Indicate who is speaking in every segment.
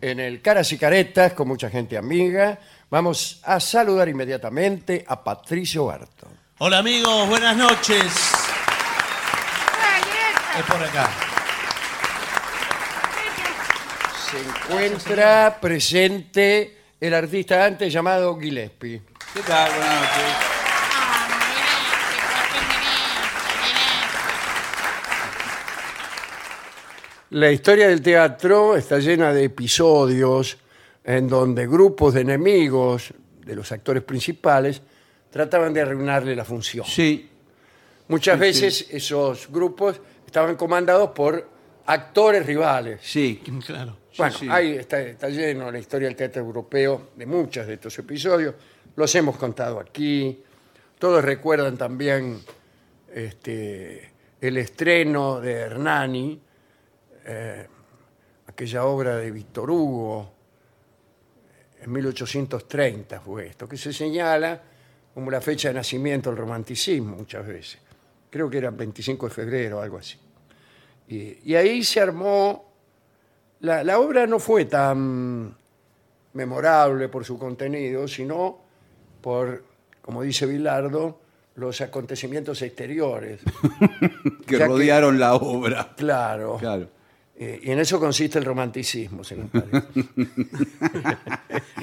Speaker 1: en el Caras y Caretas con mucha gente amiga. Vamos a saludar inmediatamente a Patricio Barto.
Speaker 2: Hola amigos, buenas noches. Es por acá.
Speaker 1: Se encuentra presente el artista antes llamado Gillespie.
Speaker 2: ¿Qué tal? Buenas noches.
Speaker 1: La historia del teatro está llena de episodios en donde grupos de enemigos de los actores principales trataban de arruinarle la función.
Speaker 2: Sí.
Speaker 1: Muchas veces esos grupos estaban comandados por actores rivales.
Speaker 3: Sí,
Speaker 2: Claro.
Speaker 1: Bueno,
Speaker 3: sí.
Speaker 1: ahí está, está lleno la historia del teatro europeo de muchos de estos episodios. Los hemos contado aquí. Todos recuerdan también este, el estreno de Hernani, eh, aquella obra de Víctor Hugo, en 1830 fue esto, que se señala como la fecha de nacimiento del romanticismo muchas veces. Creo que era 25 de febrero, algo así. Y, y ahí se armó la, la obra no fue tan memorable por su contenido, sino por, como dice Bilardo, los acontecimienos exteriores. Ya
Speaker 3: que
Speaker 1: que-
Speaker 3: rodearon la obra.
Speaker 1: Claro.
Speaker 3: Claro.
Speaker 1: Eh, y en eso consiste el romanticismo, según parece.
Speaker 2: En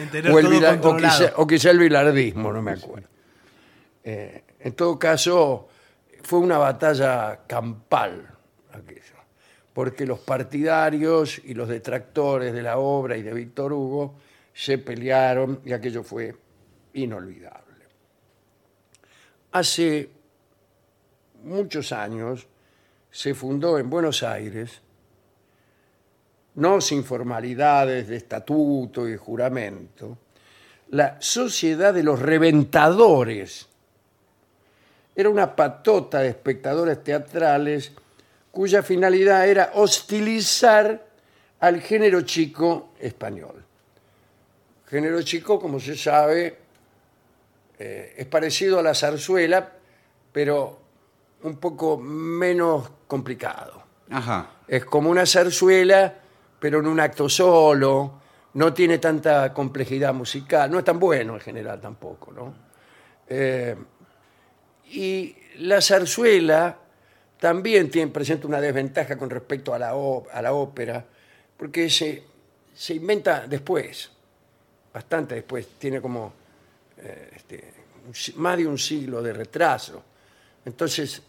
Speaker 1: o,
Speaker 2: tener
Speaker 1: el
Speaker 2: todo
Speaker 1: bila- o
Speaker 2: controlado.
Speaker 1: quizá, o quizá el bilardismo, no me acuerdo. Eh, en todo caso, fue una batalla campal aquello, porque los partidarios y los detractores de la obra y de Víctor Hugo se pelearon y aquello fue inolvidable. Hace muchos años se fundó en Buenos Aires no sin formalidades de estatuto y juramento, la Sociedad de los Reventadores. Era una patota de espectadores teatrales cuya finalidad era hostilizar al género chico español. Género chico, como se sabe, eh, es parecido a la zarzuela, pero un poco menos complicado
Speaker 3: Ajá.
Speaker 1: es como una zarzuela, pero en un acto solo, no tiene tanta complejidad musical, no es tan bueno en general tampoco, ¿no? Eh, y la zarzuela también tiene, presenta una desventaja con respecto a la, ó- a la ópera, porque se, se inventa después, bastante después, tiene como eh, este, un si- más de un siglo de retraso. Entonces,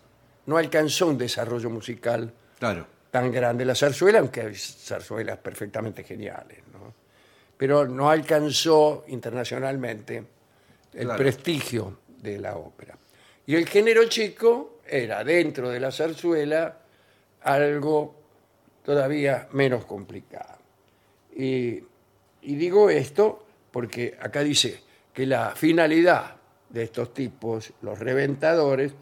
Speaker 1: no alcanzó un desarrollo musical
Speaker 3: Claro.
Speaker 1: tan grande la zarzuela, aunque hay zarzuelas perfectamente geniales, ¿no? pero no alcanzó internacionalmente el
Speaker 3: Claro.
Speaker 1: prestigio de la ópera. Y el género chico era dentro de la zarzuela algo todavía menos complicado. Y, y digo esto porque acá dice que la finalidad de estos tipos, los reventadores,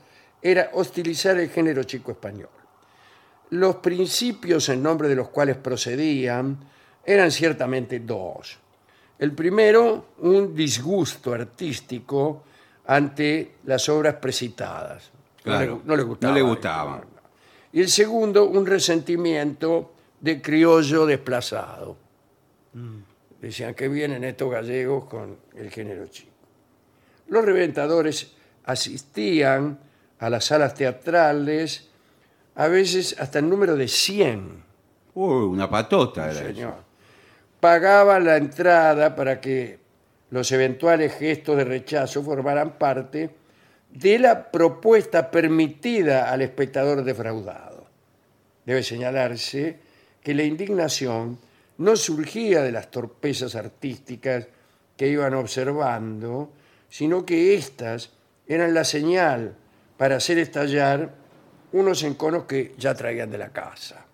Speaker 1: era hostilizar el género chico español. Los principios en nombre de los cuales procedían eran ciertamente dos. El primero, un disgusto artístico ante las obras precitadas.
Speaker 3: Claro.
Speaker 1: No le, no le gustaba.
Speaker 3: No le gustaban.
Speaker 1: Y el segundo, un resentimiento de criollo desplazado. Decían que vienen estos gallegos con el género chico. Los reventadores asistían a las salas teatrales, a veces hasta el número de 100,
Speaker 3: Uy, una patota era eso.
Speaker 1: señor. Pagaban la entrada para que los eventuales gestos de rechazo formaran parte de la propuesta permitida al espectador defraudado. Debe señalarse que la indignación no surgía de las torpezas artísticas que iban observando, sino que éstas eran la señal para hacer estallar unos enconos que ya traían de la casa.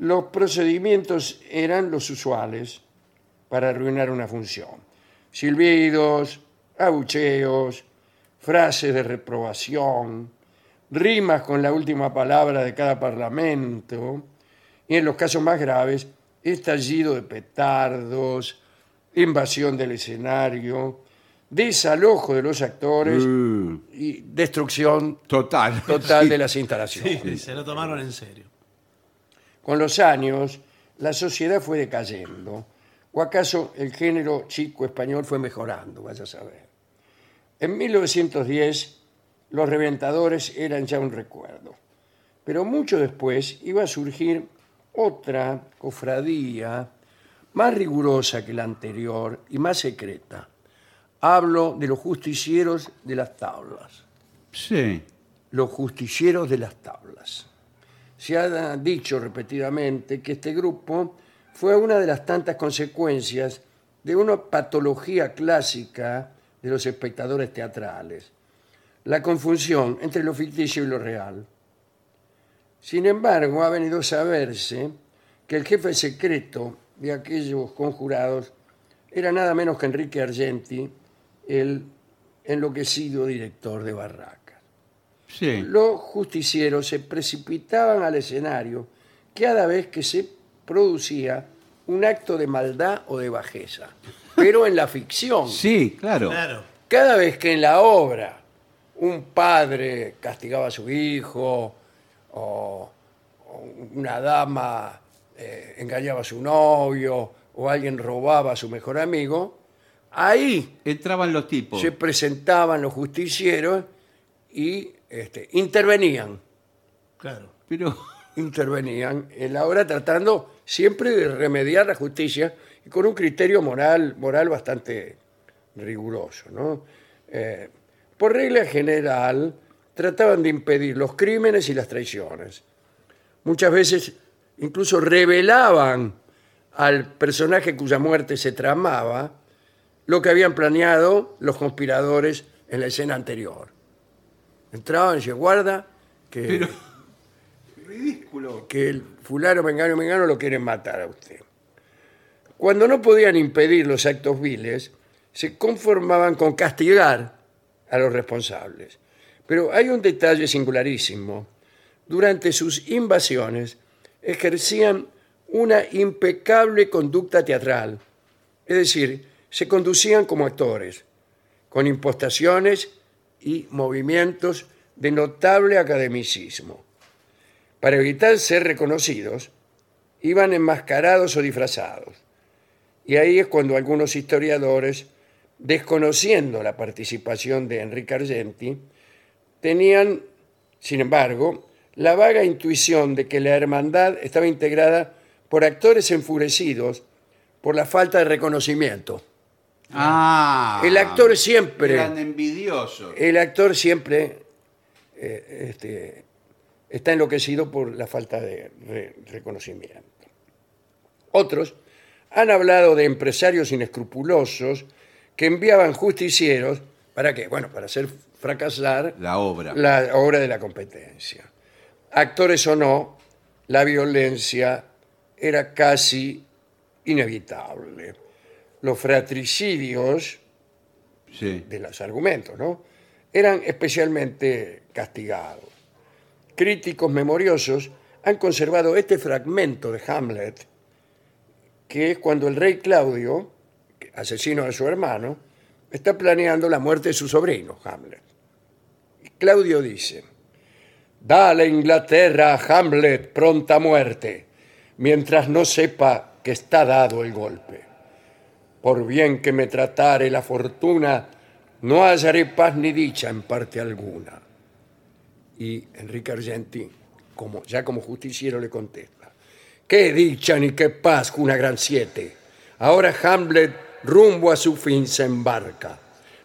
Speaker 1: Los procedimientos eran los usuales para arruinar una función. silbidos, abucheos, frases de reprobación, rimas con la última palabra de cada parlamento y en los casos más graves, estallido de petardos, invasión del escenario, desalojo de los actores
Speaker 3: Mm,
Speaker 1: y destrucción
Speaker 3: total.
Speaker 1: total
Speaker 3: Sí.
Speaker 1: de las instalaciones.
Speaker 2: Se lo tomaron en serio.
Speaker 1: Con los años, la sociedad fue decayendo, o acaso el género chico español fue mejorando, vaya a saber. En 1910, los reventadores eran ya un recuerdo, pero mucho después iba a surgir otra cofradía más rigurosa que la anterior y más secreta. Hablo de los justicieros de las tablas
Speaker 3: Sí.
Speaker 1: los justicieros de las tablas. Se ha dicho repetidamente que este grupo fue una de las tantas consecuencias de una patología clásica de los espectadores teatrales, la confusión entre lo ficticio y lo real. Sin embargo, ha venido a saberse que el jefe secreto de aquellos conjurados era nada menos que Enrique Argenti, el enloquecido director de Barracas
Speaker 3: Sí.
Speaker 1: los justicieros se precipitaban al escenario cada vez que se producía un acto de maldad o de bajeza, pero en la ficción.
Speaker 3: Sí, claro.
Speaker 2: Claro.
Speaker 1: Cada vez que en la obra un padre castigaba a su hijo o, o una dama eh, engañaba a su novio o alguien robaba a su mejor amigo, ahí
Speaker 3: Entraban los tipos.
Speaker 1: se presentaban los justicieros y este, intervenían.
Speaker 2: Claro.
Speaker 3: Pero
Speaker 1: intervenían en la obra tratando siempre de remediar la justicia y con un criterio moral, moral bastante riguroso. ¿no? Eh, por regla general, trataban de impedir los crímenes y las traiciones. Muchas veces incluso revelaban al personaje cuya muerte se tramaba lo que habían planeado los conspiradores en la escena anterior. Entraban y decían, guarda, que que el fulano, mengano, mengano lo quieren matar a usted. Cuando no podían impedir los actos viles, se conformaban con castigar a los responsables. Pero hay un detalle singularísimo. Durante sus invasiones ejercían una impecable conducta teatral. Es decir, se conducían como actores, con impostaciones y movimientos de notable academicismo para evitar ser reconocidos, iban enmascarados o disfrazados. Y ahí es cuando algunos historiadores, desconociendo la participación de Enrique Argenti, tenían, sin embargo, la vaga intuición de que la hermandad estaba integrada por actores enfurecidos por la falta de reconocimiento.
Speaker 3: ah,
Speaker 1: El actor siempre- Eh,
Speaker 3: eran envidiosos.
Speaker 1: El actor siempre eh, este, está enloquecido por la falta de re- reconocimiento. Otros han hablado de empresarios inescrupulosos que enviaban justicieros para qué? Bueno, para hacer fracasar
Speaker 3: La obra.
Speaker 1: la obra de la competencia. Actores o no, la violencia era casi inevitable. Los fratricidios
Speaker 3: Sí.
Speaker 1: de los argumentos, ¿no? Eran especialmente castigados. Críticos memoriosos han conservado este fragmento de Hamlet, que es cuando el rey Claudio, asesino de su hermano, está planeando la muerte de su sobrino, Hamlet. Y Claudio dice, Dale Inglaterra a Hamlet pronta muerte, mientras no sepa que está dado el golpe. Por bien que me tratare la fortuna, no hallaré paz ni dicha en parte alguna. Y Enrique Argenti, como, ya como justiciero, le contesta. Qué dicha ni qué paz, una gran siete. Ahora Hamlet rumbo a su fin se embarca.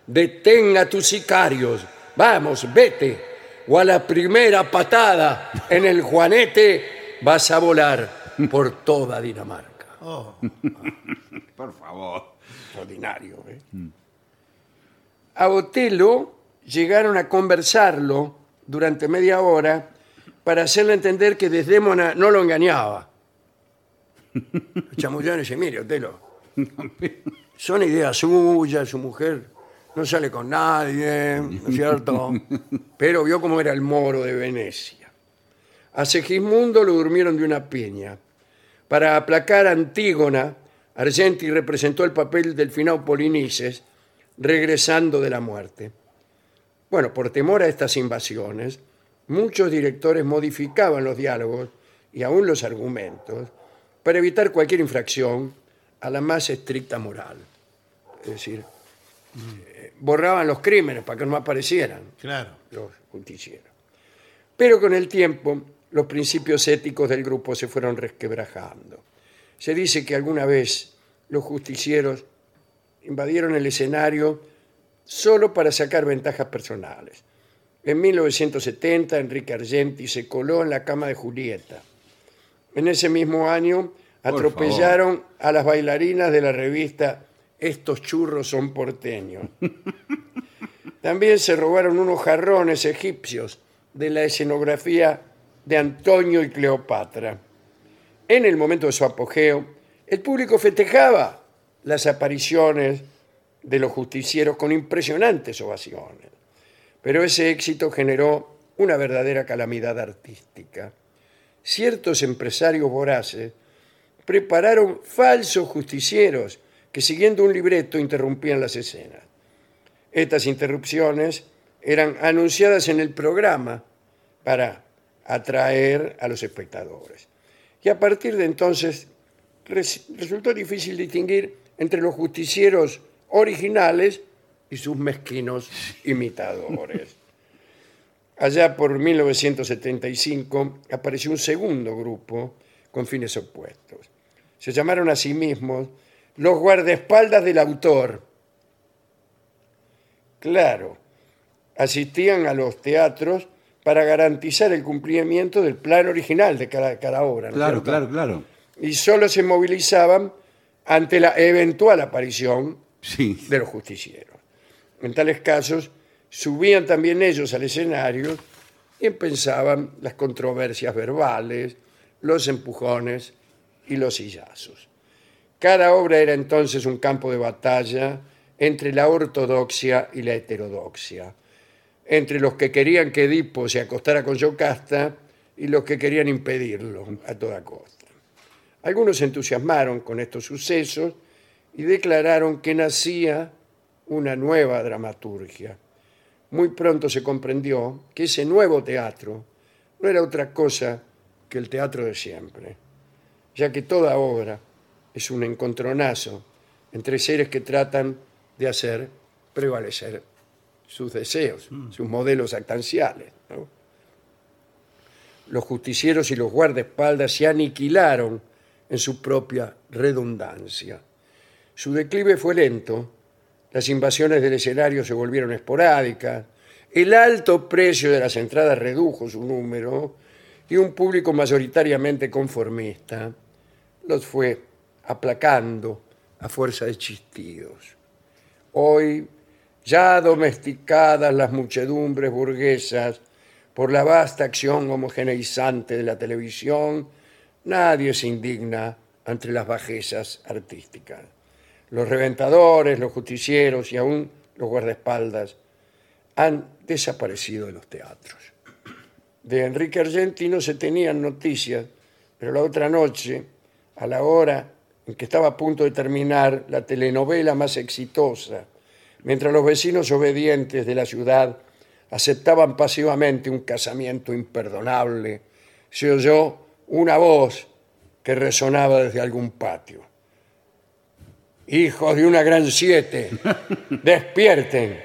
Speaker 1: Detén a tus sicarios, vamos, vete. O a la primera patada en el Juanete vas a volar por toda Dinamarca.
Speaker 2: Oh,
Speaker 3: Por favor.
Speaker 1: extraordinario. ¿eh? A Otelo llegaron a conversarlo durante media hora para hacerle entender que Desdémona no lo engañaba. Chamullón dice, mire, Otelo, Son ideas suyas, su mujer no sale con nadie, ¿no es cierto? Pero vio cómo era el moro de Venecia. A Segismundo lo durmieron de una piña. Para aplacar a Antígona, Argenti representó el papel del finado Polinices, regresando de la muerte. Bueno, por temor a estas invasiones, muchos directores modificaban los diálogos y aún los argumentos para evitar cualquier infracción a la más estricta moral. Es decir, eh, borraban los crímenes para que no aparecieran
Speaker 2: Claro.
Speaker 1: los justicieros. Pero con el tiempo, los principios éticos del grupo se fueron resquebrajando. Se dice que alguna vez los justicieros invadieron el escenario solo para sacar ventajas personales. En 1970, Enrique Argenti se coló en la cama de Julieta. En ese mismo año,
Speaker 3: favor.
Speaker 1: atropellaron a las bailarinas de la revista Estos churros son porteños. También se robaron unos jarrones egipcios de la escenografía de Antonio y Cleopatra. En el momento de su apogeo, el público festejaba las apariciones de los justicieros con impresionantes ovaciones. Pero ese éxito generó una verdadera calamidad artística. Ciertos empresarios voraces prepararon falsos justicieros que siguiendo un libreto interrumpían las escenas. Estas interrupciones eran anunciadas en el programa para atraer a los espectadores. Y a partir de entonces res- resultó difícil distinguir entre los justicieros originales y sus mezquinos imitadores. Allá por 1975 apareció un segundo grupo con fines opuestos. Se llamaron a sí mismos los guardaespaldas del autor. Claro, asistían a los teatros para garantizar el cumplimiento del plan original de cada, cada obra. ¿no es
Speaker 3: Claro,
Speaker 1: cierto?
Speaker 3: claro, claro.
Speaker 1: Y solo se movilizaban ante la eventual aparición
Speaker 3: Sí.
Speaker 1: de los justicieros. En tales casos, subían también ellos al escenario y pensaban las controversias verbales, los empujones y los sillazos. Cada obra era entonces un campo de batalla entre la ortodoxia y la heterodoxia, entre los que querían que Edipo se acostara con Yocasta y los que querían impedirlo a toda costa. Algunos se entusiasmaron con estos sucesos y declararon que nacía una nueva dramaturgia. Muy pronto se comprendió que ese nuevo teatro no era otra cosa que el teatro de siempre, ya que toda obra es un encontronazo entre seres que tratan de hacer prevalecer sus deseos, sus modelos actanciales. ¿no? los justicieros y los guardaespaldas se aniquilaron en su propia redundancia. Su declive fue lento, las invasiones del escenario se volvieron esporádicas, el alto precio de las entradas redujo su número y un público mayoritariamente conformista los fue aplacando a fuerza de chistidos. Hoy, ya domesticadas las muchedumbres burguesas por la vasta acción homogeneizante de la televisión, nadie se indigna ante las bajezas artísticas. Los reventadores, los justicieros y aún los guardaespaldas han desaparecido de los teatros. De Enrique Argentino se tenían noticias, pero la otra noche, a la hora en que estaba a punto de terminar la telenovela más exitosa, mientras los vecinos obedientes de la ciudad aceptaban pasivamente un casamiento imperdonable, se oyó una voz que resonaba desde algún patio. Hijos de una gran siete, despierten.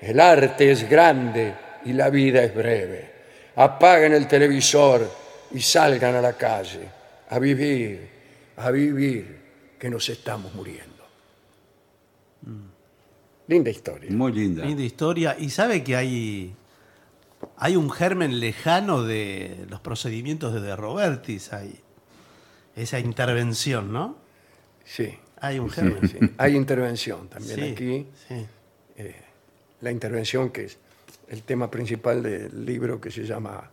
Speaker 1: El arte es grande y la vida es breve. Apaguen el televisor y salgan a la calle a vivir, a vivir que nos estamos muriendo. Linda historia.
Speaker 3: Muy linda.
Speaker 2: Linda historia. Y sabe que hay. Hay un germen lejano de los procedimientos de, de Robertis ahí. Esa intervención, ¿no?
Speaker 1: Sí.
Speaker 2: Hay un germen. Sí.
Speaker 1: Hay intervención también aquí.
Speaker 2: sí.
Speaker 1: La intervención que es el tema principal del libro que se llama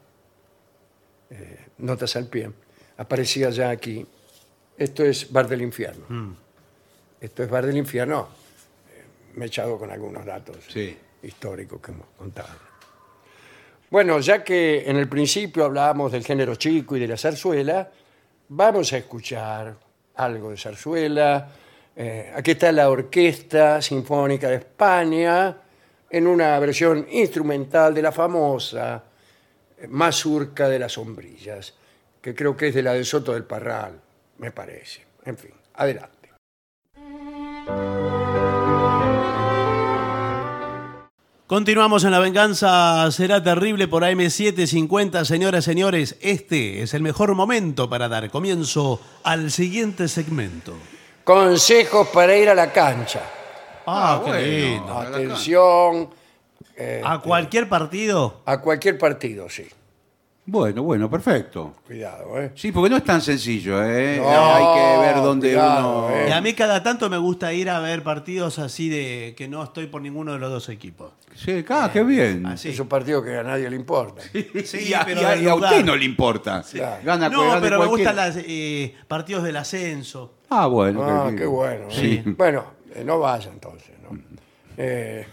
Speaker 1: eh, Notas al pie. Aparecía ya aquí. Esto es Bar del Infierno. Esto es Bar del Infierno. Eh, Me he echado con algunos datos
Speaker 3: Sí.
Speaker 1: históricos que hemos contado. Bueno, ya que en el principio hablábamos del género chico y de la zarzuela, vamos a escuchar algo de zarzuela. Eh, aquí está la Orquesta Sinfónica de España en una versión instrumental de la famosa Mazurca de las Sombrillas, que creo que es de la de Soto del Parral, me parece. En fin, adelante.
Speaker 2: Continuamos en La Venganza Será Terrible por AM750. Señoras, señores, este es el mejor momento para dar comienzo al siguiente segmento.
Speaker 1: Consejos para ir a la cancha.
Speaker 2: Ah, qué
Speaker 3: bueno.
Speaker 2: lindo.
Speaker 3: A la
Speaker 1: Atención eh,
Speaker 2: A cualquier partido.
Speaker 1: a cualquier partido, sí.
Speaker 3: Bueno, bueno, perfecto.
Speaker 1: Cuidado, ¿eh?
Speaker 3: Sí, porque no es tan sencillo, ¿eh?
Speaker 1: No,
Speaker 3: Hay que ver dónde
Speaker 1: cuidado,
Speaker 3: uno.
Speaker 1: eh.
Speaker 2: Y a mí cada tanto me gusta ir a ver partidos así de que no estoy por ninguno de los dos equipos.
Speaker 3: Sí, ah, qué bien.
Speaker 2: Así.
Speaker 1: Es un partido que a nadie le importa.
Speaker 2: Sí,
Speaker 3: y a,
Speaker 2: pero
Speaker 3: y a-
Speaker 2: del
Speaker 3: y a usted
Speaker 2: lugar.
Speaker 3: no le importa.
Speaker 1: Claro.
Speaker 3: Gana,
Speaker 2: No,
Speaker 3: gana
Speaker 2: pero me
Speaker 3: cualquiera.
Speaker 2: gustan los partidos del ascenso.
Speaker 3: Ah, bueno.
Speaker 1: Ah,
Speaker 3: bien.
Speaker 1: qué bueno.
Speaker 3: Sí.
Speaker 1: ¿eh? Bueno, eh, no vaya entonces, ¿no? Eh,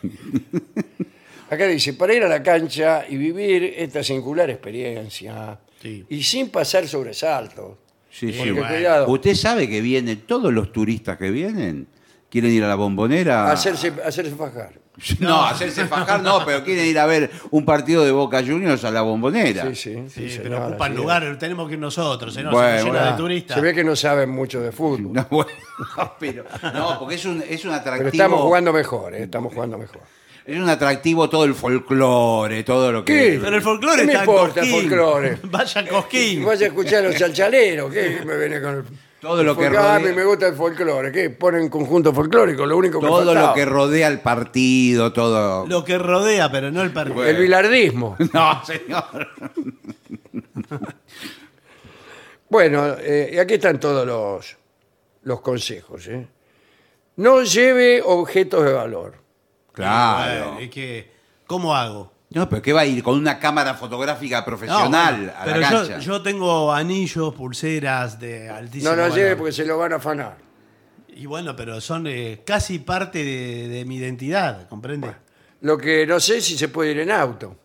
Speaker 1: acá dice, para ir a la cancha y vivir esta singular experiencia
Speaker 2: Sí.
Speaker 1: y sin pasar sobresaltos.
Speaker 3: Sí,
Speaker 1: Porque
Speaker 3: sí.
Speaker 1: cuidado,
Speaker 3: Usted sabe que vienen, todos los turistas que vienen quieren ir a la bombonera.
Speaker 1: hacerse, hacerse fajar.
Speaker 3: No, hacerse fajar no, pero quieren ir a ver un partido de Boca Juniors a la bombonera.
Speaker 1: Sí, sí,
Speaker 2: Sí,
Speaker 1: sí,
Speaker 2: Eh, pero
Speaker 1: señora,
Speaker 2: ocupan
Speaker 1: sí.
Speaker 2: lugar, tenemos que ir nosotros, ¿eh? No,
Speaker 3: Bueno,
Speaker 2: se llena
Speaker 3: bueno.
Speaker 2: de turistas.
Speaker 1: Se ve que no saben mucho de fútbol.
Speaker 3: Ah, No, bueno, pero, no, porque es un, es un
Speaker 1: pero
Speaker 3: atractivo.
Speaker 1: estamos jugando mejor, ¿eh? estamos jugando mejor.
Speaker 3: Es un atractivo todo el folclore, todo lo que.
Speaker 1: ¿Qué?
Speaker 2: Pero el folclore
Speaker 1: ¿Qué me
Speaker 2: está en
Speaker 1: importa el
Speaker 2: Cosquín.
Speaker 1: folclore? Eh,
Speaker 2: Vaya Cosquín.
Speaker 1: Vaya a escuchar a los chalchaleros, que me viene con el...
Speaker 3: Todo lo que
Speaker 1: Porque, ah, a
Speaker 3: rodea-
Speaker 1: mí me gusta el folclore, que ponen conjunto folclórico, lo único que
Speaker 3: Todo lo
Speaker 1: faltaba.
Speaker 3: que rodea al partido, todo.
Speaker 2: Lo que rodea, pero no el partido.
Speaker 1: El bilardismo.
Speaker 3: No, señor.
Speaker 1: Bueno, eh, y aquí están todos los, los consejos. ¿eh? No lleve objetos de valor.
Speaker 3: Claro.
Speaker 2: Bueno, es que, ¿cómo hago?
Speaker 3: No, pero ¿qué va a ir? Con una cámara fotográfica profesional
Speaker 2: No,
Speaker 3: a
Speaker 2: pero
Speaker 3: la
Speaker 2: yo-
Speaker 3: cancha.
Speaker 2: yo, tengo anillos, pulseras de altísimo
Speaker 1: No los
Speaker 2: valor.
Speaker 1: lleve porque se lo van a afanar.
Speaker 2: Y bueno, pero son eh, casi parte de, de mi identidad, ¿comprende?
Speaker 1: Lo que no sé si se puede ir en auto.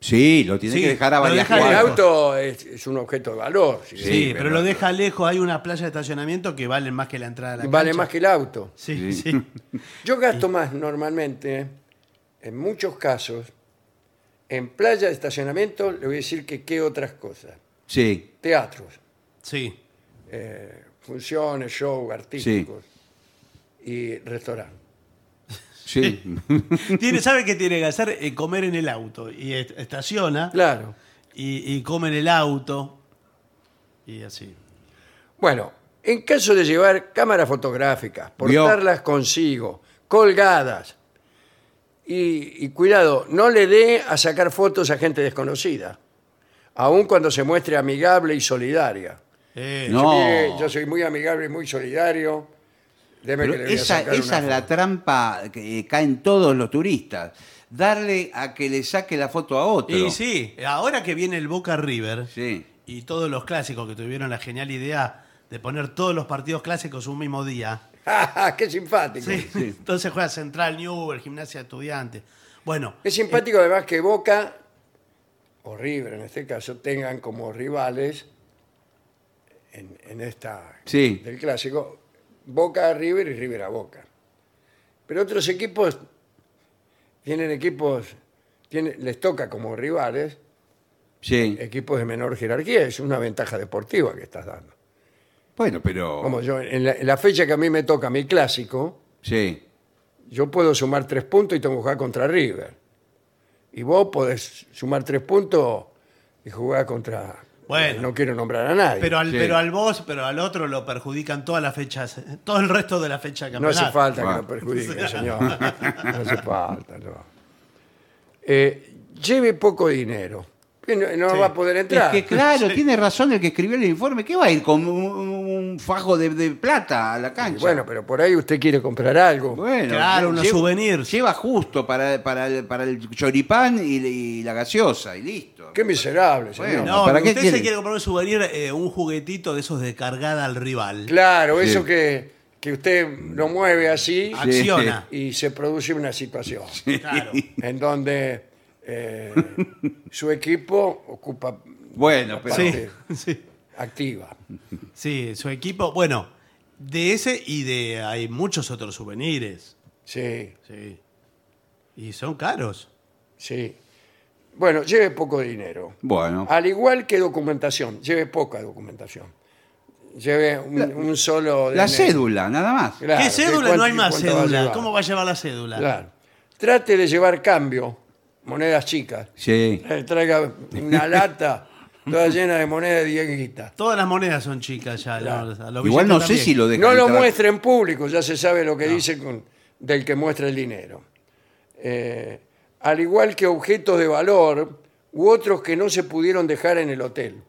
Speaker 3: Sí, lo tiene
Speaker 2: Sí,
Speaker 3: que dejar a
Speaker 2: lo
Speaker 3: varias
Speaker 2: deja
Speaker 1: El
Speaker 2: Bueno.
Speaker 3: cuadras.
Speaker 1: auto es, es un objeto de valor. sí.
Speaker 2: sí, pero,
Speaker 3: pero-
Speaker 2: lo deja lejos. Hay una playa de estacionamiento que valen más que la entrada a la
Speaker 1: Y vale
Speaker 2: cancha.
Speaker 1: más que el auto.
Speaker 2: Sí, sí.
Speaker 1: Yo gasto más normalmente, en muchos casos, en playa de estacionamiento, le voy a decir que qué otras cosas.
Speaker 3: Sí,
Speaker 1: Teatros.
Speaker 2: Sí.
Speaker 1: eh, funciones, show, artísticos y restaurantes.
Speaker 3: sí.
Speaker 2: Tiene, ¿Sabe qué tiene que hacer? Eh, comer en el auto. Y est- estaciona
Speaker 1: Claro.
Speaker 2: y, y come en el auto. Y así.
Speaker 1: Bueno, en caso de llevar cámaras fotográficas,
Speaker 3: Vio.
Speaker 1: portarlas consigo, colgadas, y, y cuidado, no le dé a sacar fotos a gente desconocida, aun cuando se muestre amigable y solidaria.
Speaker 2: Eh,
Speaker 3: No.
Speaker 1: Mire, yo soy muy amigable y muy solidario. Deme
Speaker 3: Pero
Speaker 1: que le voy a
Speaker 3: esa,
Speaker 1: sacar
Speaker 3: esa
Speaker 1: una
Speaker 3: es la
Speaker 1: foto.
Speaker 3: trampa que eh, caen todos los turistas. Darle a que le saque la foto a otro.
Speaker 2: Y sí, ahora que viene el Boca River
Speaker 3: Sí.
Speaker 2: y todos los clásicos que tuvieron la genial idea de poner todos los partidos clásicos un mismo día.
Speaker 1: ¡Ja, ja! ¡Qué simpático!
Speaker 2: Sí. Entonces juega Central, Newell, Gimnasia Estudiante. Bueno,
Speaker 1: Es simpático además que Boca o River en este caso tengan como rivales en, en esta
Speaker 3: Sí.
Speaker 1: del clásico Boca a River y River a Boca. Pero otros equipos tienen equipos, tienen- les toca como rivales
Speaker 3: Sí.
Speaker 1: equipos de menor jerarquía, es una ventaja deportiva que estás dando.
Speaker 3: Bueno, pero.
Speaker 1: Como yo, en la, en la fecha que a mí me toca mi clásico,
Speaker 3: Sí.
Speaker 1: yo puedo sumar tres puntos y tengo que jugar contra River. Y vos podés sumar tres puntos y jugar contra...
Speaker 2: Bueno.
Speaker 1: no quiero nombrar a nadie.
Speaker 2: pero al,
Speaker 3: Sí.
Speaker 2: pero al vos, pero al otro lo perjudican todas las fechas, todo el resto de la fecha de
Speaker 1: no
Speaker 2: campeonato.
Speaker 1: hace falta
Speaker 3: Ah.
Speaker 1: que lo perjudique, señor. No hace falta, no. Eh, lleve poco dinero. Que No, no va a poder entrar.
Speaker 3: Es que claro, tiene razón el que escribió el informe. ¿Qué va a ir con un, un fajo de, de plata a la cancha?
Speaker 1: bueno, pero por ahí usted quiere comprar algo.
Speaker 3: Bueno,
Speaker 2: Claro,
Speaker 3: lle-
Speaker 2: unos
Speaker 3: lle-
Speaker 2: souvenirs.
Speaker 3: Lleva justo para, para, el, para el choripán y, le- y la gaseosa y listo.
Speaker 1: Qué miserable,
Speaker 3: Bueno,
Speaker 1: señor.
Speaker 2: No,
Speaker 3: ¿para qué
Speaker 2: usted se
Speaker 3: quiere?
Speaker 2: quiere comprar un souvenir, eh, un juguetito de esos de cargada al rival.
Speaker 1: Claro, eso
Speaker 3: Sí.
Speaker 1: que que usted lo mueve así
Speaker 2: Acciona.
Speaker 1: y se produce una situación
Speaker 2: Claro.
Speaker 1: en donde eh, su equipo ocupa
Speaker 3: Bueno, pero.
Speaker 1: Ah, Sí.
Speaker 2: Sí, sí.
Speaker 1: activa.
Speaker 2: Sí, su equipo. Bueno, de ese y de. Hay muchos otros souvenirs.
Speaker 1: Sí,
Speaker 2: Sí. Y son caros.
Speaker 1: sí. Bueno, lleve poco dinero.
Speaker 3: Bueno.
Speaker 1: Al igual que documentación, lleve poca documentación. Lleve un, un solo...
Speaker 3: La
Speaker 1: DNI.
Speaker 3: cédula, nada más.
Speaker 1: Claro,
Speaker 2: ¿Qué cédula?
Speaker 1: cuánto-
Speaker 2: No hay más
Speaker 1: cuánto va a
Speaker 2: cédula.
Speaker 1: llevar.
Speaker 2: ¿Cómo va a llevar la cédula?
Speaker 1: Claro. Trate de llevar cambio, monedas chicas.
Speaker 3: Sí.
Speaker 1: Eh, Traiga una lata toda llena de monedas de dieguitas.
Speaker 2: Todas las monedas son chicas ya. los- a los
Speaker 3: Igual
Speaker 2: billetes
Speaker 3: no sé
Speaker 2: también.
Speaker 3: si lo dejan.
Speaker 1: No lo
Speaker 3: entrar.
Speaker 1: muestre en público, ya se sabe lo que dice con, del que muestra el dinero. Eh, al igual que objetos de valor u otros que no se pudieron dejar en el hotel.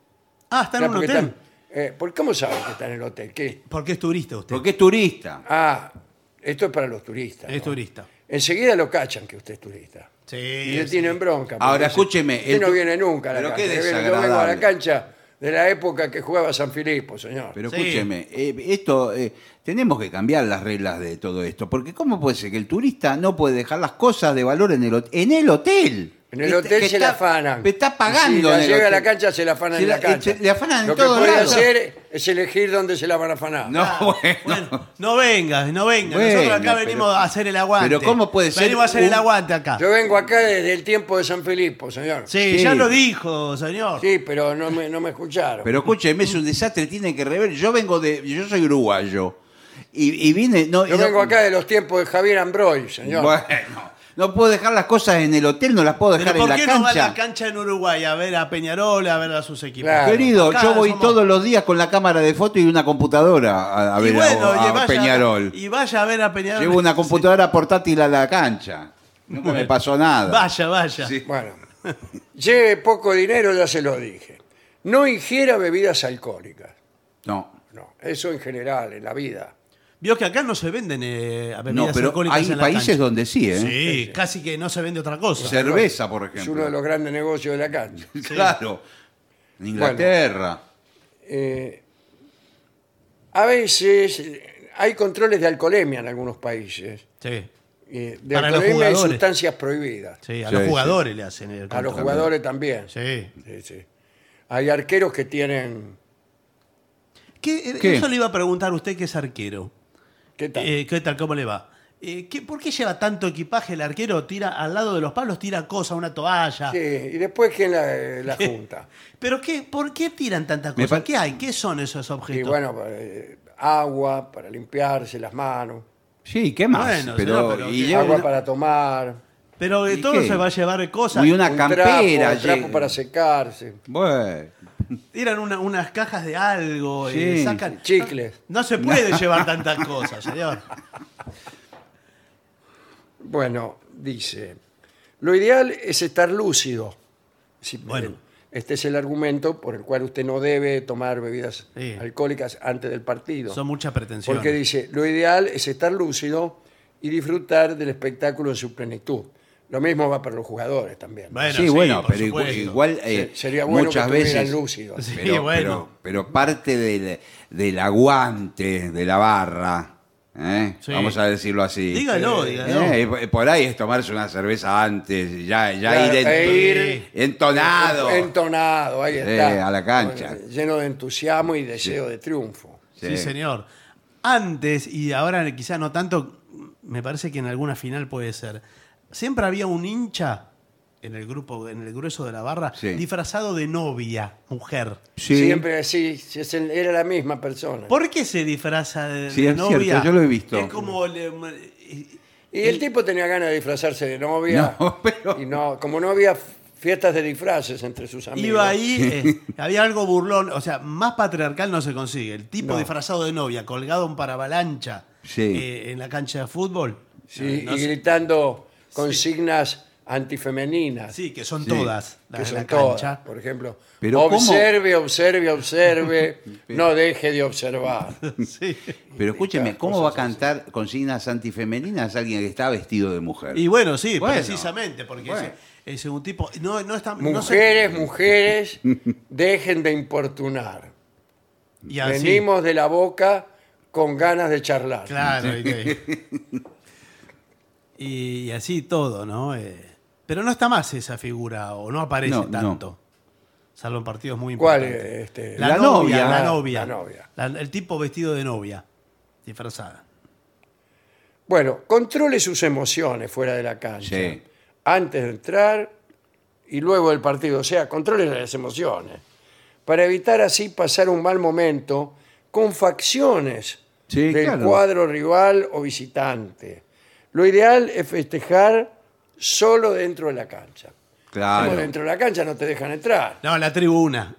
Speaker 2: Ah, está en
Speaker 1: Claro,
Speaker 2: un
Speaker 1: porque
Speaker 2: hotel.
Speaker 1: están- eh, ¿por- ¿Cómo saben que está en el hotel? ¿Qué?
Speaker 2: Porque es turista usted.
Speaker 3: Porque es turista.
Speaker 1: Ah, esto es para los turistas.
Speaker 2: Es
Speaker 1: ¿no?
Speaker 2: turista.
Speaker 1: Enseguida lo cachan que usted es turista.
Speaker 2: Sí.
Speaker 1: Y le
Speaker 2: sí.
Speaker 1: tienen bronca. porque
Speaker 3: Ahora,
Speaker 1: dice,
Speaker 3: escúcheme,
Speaker 1: Usted
Speaker 3: el
Speaker 1: no
Speaker 3: tu-
Speaker 1: viene nunca a la
Speaker 3: Pero
Speaker 1: cancha.
Speaker 3: qué
Speaker 1: Yo vengo- Yo vengo a la
Speaker 3: desagradable.
Speaker 1: cancha de la época que jugaba San Filipo, señor.
Speaker 3: Pero
Speaker 2: Sí.
Speaker 3: escúcheme, eh, esto eh, tenemos que cambiar las reglas de todo esto, porque cómo puede ser que el turista no puede dejar las cosas de valor en el hot- en el hotel.
Speaker 1: en el
Speaker 3: Está-
Speaker 1: hotel
Speaker 3: Este, que
Speaker 1: se la
Speaker 3: está-
Speaker 1: afanan.
Speaker 3: que Está pagando.
Speaker 1: Si la
Speaker 3: en el
Speaker 1: llega a la
Speaker 3: hotel.
Speaker 1: cancha, se la afanan
Speaker 3: Se
Speaker 1: en la
Speaker 3: la-
Speaker 1: cancha.
Speaker 3: se le afanan en
Speaker 1: Lo
Speaker 3: todos
Speaker 1: que puede
Speaker 3: lados.
Speaker 1: hacer es elegir dónde se la van a afanar.
Speaker 3: No, bueno.
Speaker 2: Bueno, no vengas, no vengas.
Speaker 3: Bueno,
Speaker 2: Nosotros acá
Speaker 3: pero-
Speaker 2: venimos a hacer el aguante.
Speaker 3: pero ¿cómo puede ser
Speaker 2: Venimos a hacer el
Speaker 3: un-
Speaker 2: aguante acá.
Speaker 1: Yo vengo acá desde el tiempo de San Filipo, señor.
Speaker 2: Sí,
Speaker 3: Sí.
Speaker 2: ya lo dijo, señor.
Speaker 1: Sí, pero no me, no me escucharon.
Speaker 3: Pero escúcheme, es un desastre, tiene que rever. Yo vengo de. Yo soy uruguayo. Y, y vine. No,
Speaker 1: Yo
Speaker 3: y no-
Speaker 1: vengo acá de los tiempos de Javier Ambroy, señor.
Speaker 3: Bueno, no puedo dejar las cosas en el hotel, no las puedo
Speaker 2: ¿Pero
Speaker 3: dejar en
Speaker 2: por
Speaker 3: la
Speaker 2: qué no va a
Speaker 3: cancha.
Speaker 2: la cancha en Uruguay a ver a Peñarol, a ver a sus equipos?
Speaker 1: Claro.
Speaker 3: Querido,
Speaker 2: Acá
Speaker 3: yo voy
Speaker 2: somos-
Speaker 3: todos los días con la cámara de foto y una computadora a, a
Speaker 2: Y
Speaker 3: ver a-
Speaker 2: bueno,
Speaker 3: a,
Speaker 2: y vaya-
Speaker 3: Peñarol.
Speaker 2: Y vaya a ver a Peñarol.
Speaker 3: Llevo una computadora portátil a la cancha. Nunca me pasó nada.
Speaker 2: Vaya, vaya.
Speaker 3: Sí.
Speaker 1: Bueno, lleve poco dinero, ya se lo dije. No ingiera bebidas alcohólicas.
Speaker 3: No.
Speaker 1: No, eso en general, en la vida.
Speaker 2: Vio que acá no se venden eh, bebidas
Speaker 3: No, pero
Speaker 2: alcohólicas
Speaker 3: hay
Speaker 2: en la
Speaker 3: países
Speaker 2: cancha.
Speaker 3: donde sí, ¿eh?
Speaker 2: Sí, casi que no se vende otra cosa.
Speaker 3: Cerveza, por
Speaker 1: Es uno de
Speaker 3: ejemplo.
Speaker 1: los grandes negocios de la cancha.
Speaker 3: Claro. En Inglaterra.
Speaker 1: Eh, a veces eh, hay controles de alcoholemia en algunos países.
Speaker 2: Sí,
Speaker 1: eh, de
Speaker 2: Para los
Speaker 1: alcoholemia y
Speaker 2: jugadores.
Speaker 1: sustancias prohibidas.
Speaker 2: sí, a
Speaker 3: Sí,
Speaker 2: los
Speaker 3: sí.
Speaker 2: jugadores le hacen el
Speaker 1: A los
Speaker 2: control.
Speaker 1: jugadores también.
Speaker 2: Sí.
Speaker 1: Sí, sí. Hay arqueros que tienen...
Speaker 2: ¿Qué- eh,
Speaker 3: ¿Qué?
Speaker 2: Eso le iba a preguntar a usted que es arquero.
Speaker 1: ¿Qué tal?
Speaker 2: Eh, ¿Qué tal? ¿Cómo le va? Eh, ¿qué- ¿Por qué lleva tanto equipaje el arquero? Tira al lado de los palos, tira cosas, una toalla.
Speaker 1: Sí, y después quién la, la junta.
Speaker 2: ¿Pero qué, por qué tiran tantas
Speaker 3: Me
Speaker 2: cosas?
Speaker 3: pa-
Speaker 2: ¿Qué hay? ¿Qué son esos objetos?
Speaker 1: Y bueno, eh, agua para limpiarse las manos,
Speaker 3: Sí, ¿qué más?
Speaker 2: Bueno,
Speaker 3: pero,
Speaker 2: señor, pero
Speaker 3: y
Speaker 2: que-
Speaker 3: lleva
Speaker 1: agua
Speaker 3: una-
Speaker 1: para tomar,
Speaker 2: Pero de
Speaker 3: ¿y
Speaker 2: todo
Speaker 3: qué?
Speaker 2: se va a llevar cosas.
Speaker 3: y una
Speaker 1: un
Speaker 3: campera.
Speaker 1: trapo, un trapo
Speaker 3: lle-
Speaker 1: para secarse,
Speaker 3: Bueno.
Speaker 2: Tiran una- unas cajas de algo,
Speaker 3: Sí.
Speaker 2: eh, sacan.
Speaker 1: chicles.
Speaker 2: No se puede llevar tantas cosas, señor.
Speaker 1: Bueno, dice, lo ideal es estar lúcido. Si-
Speaker 2: Bueno.
Speaker 1: Este es el argumento por el cual usted no debe tomar bebidas
Speaker 2: Sí.
Speaker 1: alcohólicas antes del partido.
Speaker 2: Son muchas pretensiones.
Speaker 1: Porque dice, lo ideal es estar lúcido y disfrutar del espectáculo en su plenitud. Lo mismo va para los jugadores también.
Speaker 2: Bueno,
Speaker 3: sí, bueno,
Speaker 2: Ah, por
Speaker 3: pero igu-
Speaker 2: supuesto.
Speaker 3: igual, eh,
Speaker 1: Se- sería bueno
Speaker 3: muchas
Speaker 1: que estuvieran
Speaker 3: veces
Speaker 1: lúcidos.
Speaker 2: Sí,
Speaker 3: pero,
Speaker 2: bueno.
Speaker 3: pero- pero parte del, del aguante de la barra, ¿eh?
Speaker 2: Sí.
Speaker 3: vamos a decirlo así.
Speaker 2: Dígalo,
Speaker 3: Eh,
Speaker 2: dígalo.
Speaker 3: eh, por- por ahí es tomarse una cerveza antes, y ya, ya
Speaker 1: Claro,
Speaker 3: ir
Speaker 1: e
Speaker 3: en-
Speaker 1: ir-
Speaker 3: entonado.
Speaker 1: Entonado, ahí
Speaker 3: Sí,
Speaker 1: está.
Speaker 3: a la cancha.
Speaker 1: Lleno de entusiasmo y deseo de triunfo.
Speaker 2: Sí. señor. Antes, y ahora quizá no tanto, me parece que en alguna final puede ser. Siempre había un hincha en el grupo, en el grueso de la barra,
Speaker 3: Sí.
Speaker 2: disfrazado de novia, mujer.
Speaker 3: Sí,
Speaker 1: Siempre sí, sí, es el- era la misma persona.
Speaker 2: ¿Por qué se disfraza de,
Speaker 3: Sí,
Speaker 2: de
Speaker 3: es cierto,
Speaker 2: novia?
Speaker 3: yo lo he visto.
Speaker 2: Es como. le-
Speaker 1: Y el tipo tenía ganas de disfrazarse de novia.
Speaker 3: No, pero-
Speaker 1: Y no, como no había fiestas de disfraces entre sus amigos.
Speaker 2: Iba ahí, eh, había algo burlón, o sea, más patriarcal no se consigue. El tipo
Speaker 1: No.
Speaker 2: disfrazado de novia, colgado en paravalancha
Speaker 3: Sí.
Speaker 2: eh, en la cancha de fútbol. Eh,
Speaker 1: Sí,
Speaker 2: No
Speaker 1: y
Speaker 2: sé.
Speaker 1: gritando consignas antifemeninas.
Speaker 2: Sí, que son
Speaker 3: Sí.
Speaker 2: todas las
Speaker 1: que
Speaker 2: de
Speaker 1: son
Speaker 2: la
Speaker 1: todas,
Speaker 2: cancha.
Speaker 1: por ejemplo.
Speaker 3: Pero ¿cómo?
Speaker 1: observe, observe, observe, no deje de observar.
Speaker 2: Sí.
Speaker 3: pero escúcheme, ¿cómo va a cantar consignas antifemeninas alguien que está vestido de mujer?
Speaker 2: Y bueno, sí,
Speaker 3: Bueno.
Speaker 2: precisamente, porque
Speaker 3: Bueno.
Speaker 2: ese, ese un tipo. No, no está. no sé-
Speaker 1: Mujeres, mujeres, dejen de importunar.
Speaker 2: y así.
Speaker 1: Venimos de la boca con ganas de charlar.
Speaker 2: Claro, y, que- y- y así todo, ¿no? Eh, pero no está más esa figura, o no aparece
Speaker 3: No, no.
Speaker 2: tanto. Salvo en partidos muy
Speaker 1: ¿Cuál?
Speaker 2: importantes.
Speaker 1: eh, Este,
Speaker 2: La,
Speaker 3: La
Speaker 2: novia,
Speaker 3: novia,
Speaker 2: la
Speaker 3: la-
Speaker 2: novia.
Speaker 1: la novia.
Speaker 2: La- el tipo vestido de novia, disfrazada.
Speaker 1: Bueno, controle sus emociones fuera de la cancha.
Speaker 3: Sí.
Speaker 1: Antes de entrar y luego del partido. O sea, controle las emociones. Para evitar así pasar un mal momento con facciones
Speaker 3: Sí,
Speaker 1: del
Speaker 3: claro.
Speaker 1: cuadro rival o visitante. Lo ideal es festejar solo dentro de la cancha.
Speaker 3: Claro.
Speaker 1: Como dentro de la cancha no te dejan entrar.
Speaker 2: No, la tribuna.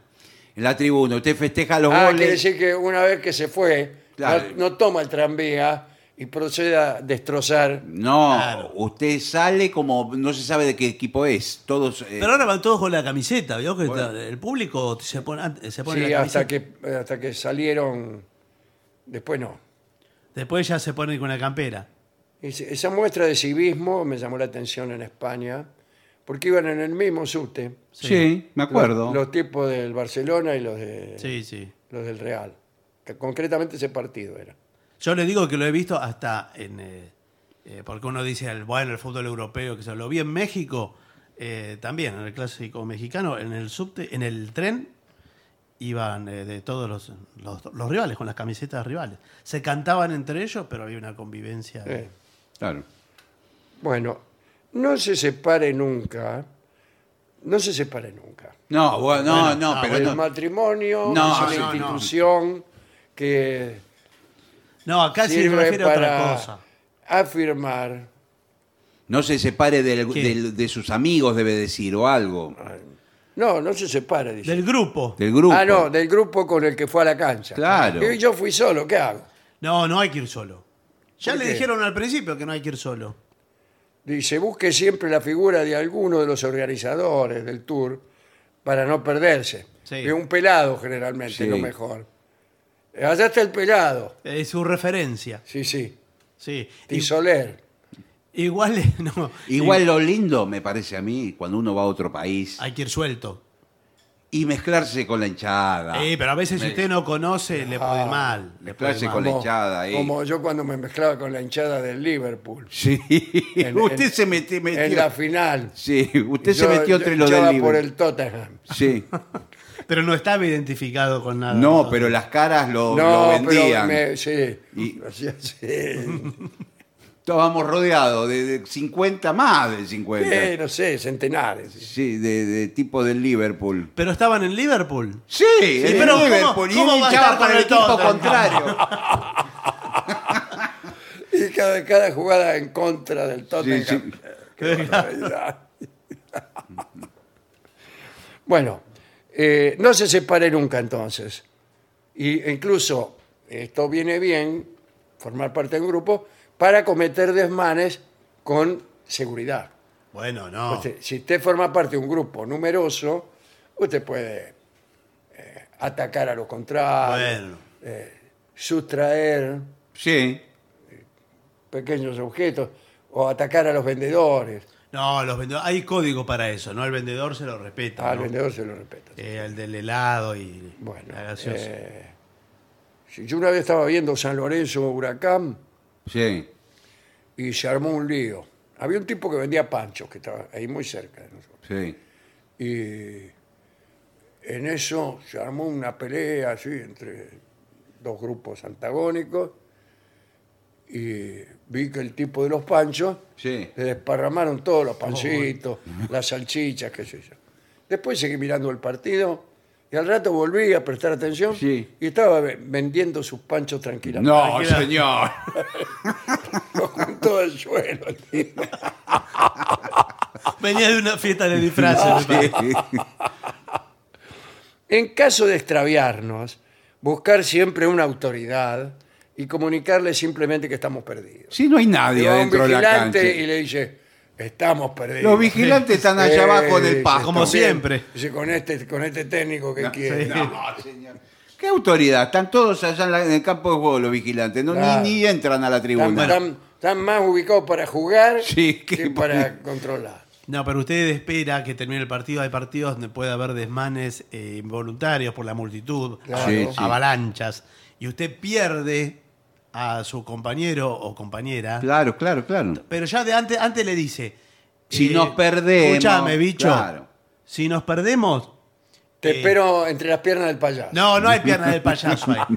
Speaker 3: En la tribuna, usted festeja los
Speaker 1: Ah, quiere
Speaker 3: goles.
Speaker 1: decir que una vez que se fue, ah,
Speaker 3: Claro.
Speaker 1: no, no toma el tranvía y procede a destrozar
Speaker 3: No,
Speaker 2: Claro.
Speaker 3: usted sale como no se sabe de qué equipo es. Todos. eh,
Speaker 2: Pero ahora van todos con la camiseta, ¿vio? Que está- el público se pone, se pone
Speaker 1: Sí,
Speaker 2: la
Speaker 1: hasta
Speaker 2: camiseta.
Speaker 1: que, eh, hasta que salieron. Después no.
Speaker 2: Después ya se ponen con la campera.
Speaker 1: Ese- Esa muestra de civismo me llamó la atención en España, porque iban en el mismo subte.
Speaker 3: sí, me acuerdo.
Speaker 1: Los, los tipos del Barcelona y los, de,
Speaker 2: Sí, sí.
Speaker 1: los del Real. Que concretamente ese partido era.
Speaker 2: Yo le digo que lo he visto hasta en. eh, eh, porque uno dice, el, bueno, el fútbol europeo, que se lo vi en México, eh, también, en el clásico mexicano, en el subte, en el tren, iban eh, de todos los, los- los rivales, con las camisetas rivales. Se cantaban entre ellos, pero había una convivencia. de-
Speaker 1: Eh,
Speaker 3: Claro.
Speaker 1: Bueno, no se separe nunca. No se separe nunca.
Speaker 3: No, bueno, no, no,
Speaker 2: no,
Speaker 3: pero
Speaker 1: El
Speaker 3: no.
Speaker 1: matrimonio
Speaker 3: No,
Speaker 1: es una
Speaker 2: no, no.
Speaker 1: institución que
Speaker 2: No, acá sí se
Speaker 1: sirve
Speaker 2: refiere a otra
Speaker 1: para
Speaker 2: cosa.
Speaker 1: afirmar
Speaker 3: No se separe del-
Speaker 2: ¿Qué?
Speaker 3: del- de sus amigos, debe decir, o algo.
Speaker 1: No, no se separa, dice.
Speaker 2: Del grupo.
Speaker 3: Del grupo.
Speaker 1: Ah, no, del grupo con el que fue a la cancha.
Speaker 3: Claro.
Speaker 1: Y yo fui solo, ¿qué hago?
Speaker 2: No, no hay que ir solo. Ya
Speaker 1: ¿Por
Speaker 2: le
Speaker 1: qué?
Speaker 2: dijeron al principio que no hay que ir solo.
Speaker 1: Dice, busque siempre la figura de alguno de los organizadores del tour para no perderse.
Speaker 2: Sí.
Speaker 1: Es un pelado generalmente,
Speaker 3: Sí.
Speaker 1: lo mejor. Eh, Allá está el pelado.
Speaker 2: Es su referencia.
Speaker 1: Sí, sí.
Speaker 2: Sí. Y-
Speaker 1: Tisoler.
Speaker 2: igual, no.
Speaker 3: Igual lo lindo, me parece a mí, cuando uno va a otro país
Speaker 2: Hay que ir suelto.
Speaker 3: y mezclarse con la hinchada.
Speaker 2: Sí,
Speaker 1: Eh,
Speaker 2: pero a veces si
Speaker 3: Ah, Me- Ah,
Speaker 2: usted no conoce, le puede mal. Le puede
Speaker 3: Mezclarse
Speaker 2: mal.
Speaker 3: con la hinchada. ahí.
Speaker 1: Como yo cuando me mezclaba con la hinchada del Liverpool.
Speaker 3: Sí.
Speaker 1: En-
Speaker 3: usted
Speaker 1: en-
Speaker 3: se metió. metió-
Speaker 1: En la final.
Speaker 3: Sí, usted se
Speaker 1: Yo-
Speaker 3: metió
Speaker 1: yo
Speaker 3: entre los
Speaker 1: hinchaba
Speaker 3: del libro.
Speaker 1: por el Ah, Tottenham.
Speaker 3: Sí.
Speaker 2: Pero no estaba identificado con nada.
Speaker 3: No, pero las caras lo, lo
Speaker 1: No, pero
Speaker 3: vendían.
Speaker 1: me, sí.
Speaker 3: Y-
Speaker 1: Sí, sí.
Speaker 3: Estábamos rodeados de, de 50 más de 50.
Speaker 1: Eh, no sé, centenares.
Speaker 3: Sí, de, de tipo del Liverpool.
Speaker 2: Pero estaban en Liverpool.
Speaker 3: Sí, el
Speaker 2: pero ¿cómo- cómo
Speaker 3: Liverpool. y él
Speaker 2: va a
Speaker 3: hinchaba
Speaker 2: estar
Speaker 3: para
Speaker 2: con el
Speaker 3: el equipo
Speaker 2: Tottenham?
Speaker 3: contrario.
Speaker 1: Y cada, cada jugada en contra del Tottenham.
Speaker 3: Sí, sí.
Speaker 1: Qué barbaridad. bueno, eh, no se separe nunca entonces. Y incluso esto viene bien, formar parte de un grupo, para cometer desmanes con seguridad.
Speaker 2: Bueno,
Speaker 3: Ah.
Speaker 2: no.
Speaker 1: Usted- si usted forma parte de un grupo numeroso, usted puede eh, atacar a los contrarios,
Speaker 2: Bueno.
Speaker 1: sustraer
Speaker 3: Sí.
Speaker 1: pequeños objetos o atacar a los vendedores.
Speaker 2: No, los vendedores. Hay código para eso, ¿no? El vendedor se lo respeta.
Speaker 1: Ah, Al
Speaker 2: ¿no?
Speaker 1: vendedor se lo respeta.
Speaker 2: Eh, el del helado y
Speaker 1: Bueno,
Speaker 2: la gaseosa.
Speaker 1: eh, si yo una vez estaba viendo San Lorenzo Huracán
Speaker 3: Sí.
Speaker 1: y se armó un lío. Había un tipo que vendía panchos que estaba ahí muy cerca de nosotros.
Speaker 3: Sí.
Speaker 1: Y en eso se armó una pelea así entre dos grupos antagónicos y vi que el tipo de los panchos
Speaker 3: Sí.
Speaker 1: se desparramaron todos los pancitos, las salchichas, qué sé yo. Después seguí mirando el partido y al rato volví a prestar atención
Speaker 3: Sí.
Speaker 1: y estaba ve- vendiendo sus panchos tranquilamente.
Speaker 3: No, señor.
Speaker 1: Con todo el suelo. el tipo.
Speaker 2: Ah, Venía de una fiesta de disfraces. me parece.
Speaker 1: En caso de extraviarnos, buscar siempre una autoridad y comunicarle simplemente que estamos perdidos.
Speaker 3: Sí, no hay nadie
Speaker 1: Y va un
Speaker 3: adentro de la cancha.
Speaker 1: vigilante y le dice, estamos perdidos.
Speaker 3: Los vigilantes están allá
Speaker 1: Eh,
Speaker 3: abajo del
Speaker 1: dice,
Speaker 3: pasto.
Speaker 2: Como
Speaker 1: "También",
Speaker 2: siempre.
Speaker 1: Dice, con este, con este técnico que quiere.
Speaker 2: sí.
Speaker 3: No, señor. ¿Qué autoridad? Están todos allá en, la- en el campo de juego los vigilantes. No, ni-
Speaker 1: Claro.
Speaker 3: ni, entran a la
Speaker 1: Están,
Speaker 3: tribuna.
Speaker 1: están- están más ubicados para jugar
Speaker 3: Sí,
Speaker 1: que,
Speaker 3: que-
Speaker 1: para controlar.
Speaker 2: No, pero usted espera que termine el partido. Hay partidos donde puede haber desmanes eh, involuntarios por la multitud,
Speaker 1: Claro. Sí,
Speaker 3: sí.
Speaker 2: avalanchas. Y usted pierde a su compañero o compañera.
Speaker 3: Claro, claro, claro.
Speaker 2: Pero ya de antes, antes le dice.
Speaker 3: Si nos perdemos,
Speaker 2: Escúchame, bicho.
Speaker 3: claro.
Speaker 2: Si nos perdemos.
Speaker 1: Te
Speaker 2: eh,
Speaker 1: espero entre las piernas del payaso.
Speaker 2: No, no hay pierna del payaso ahí.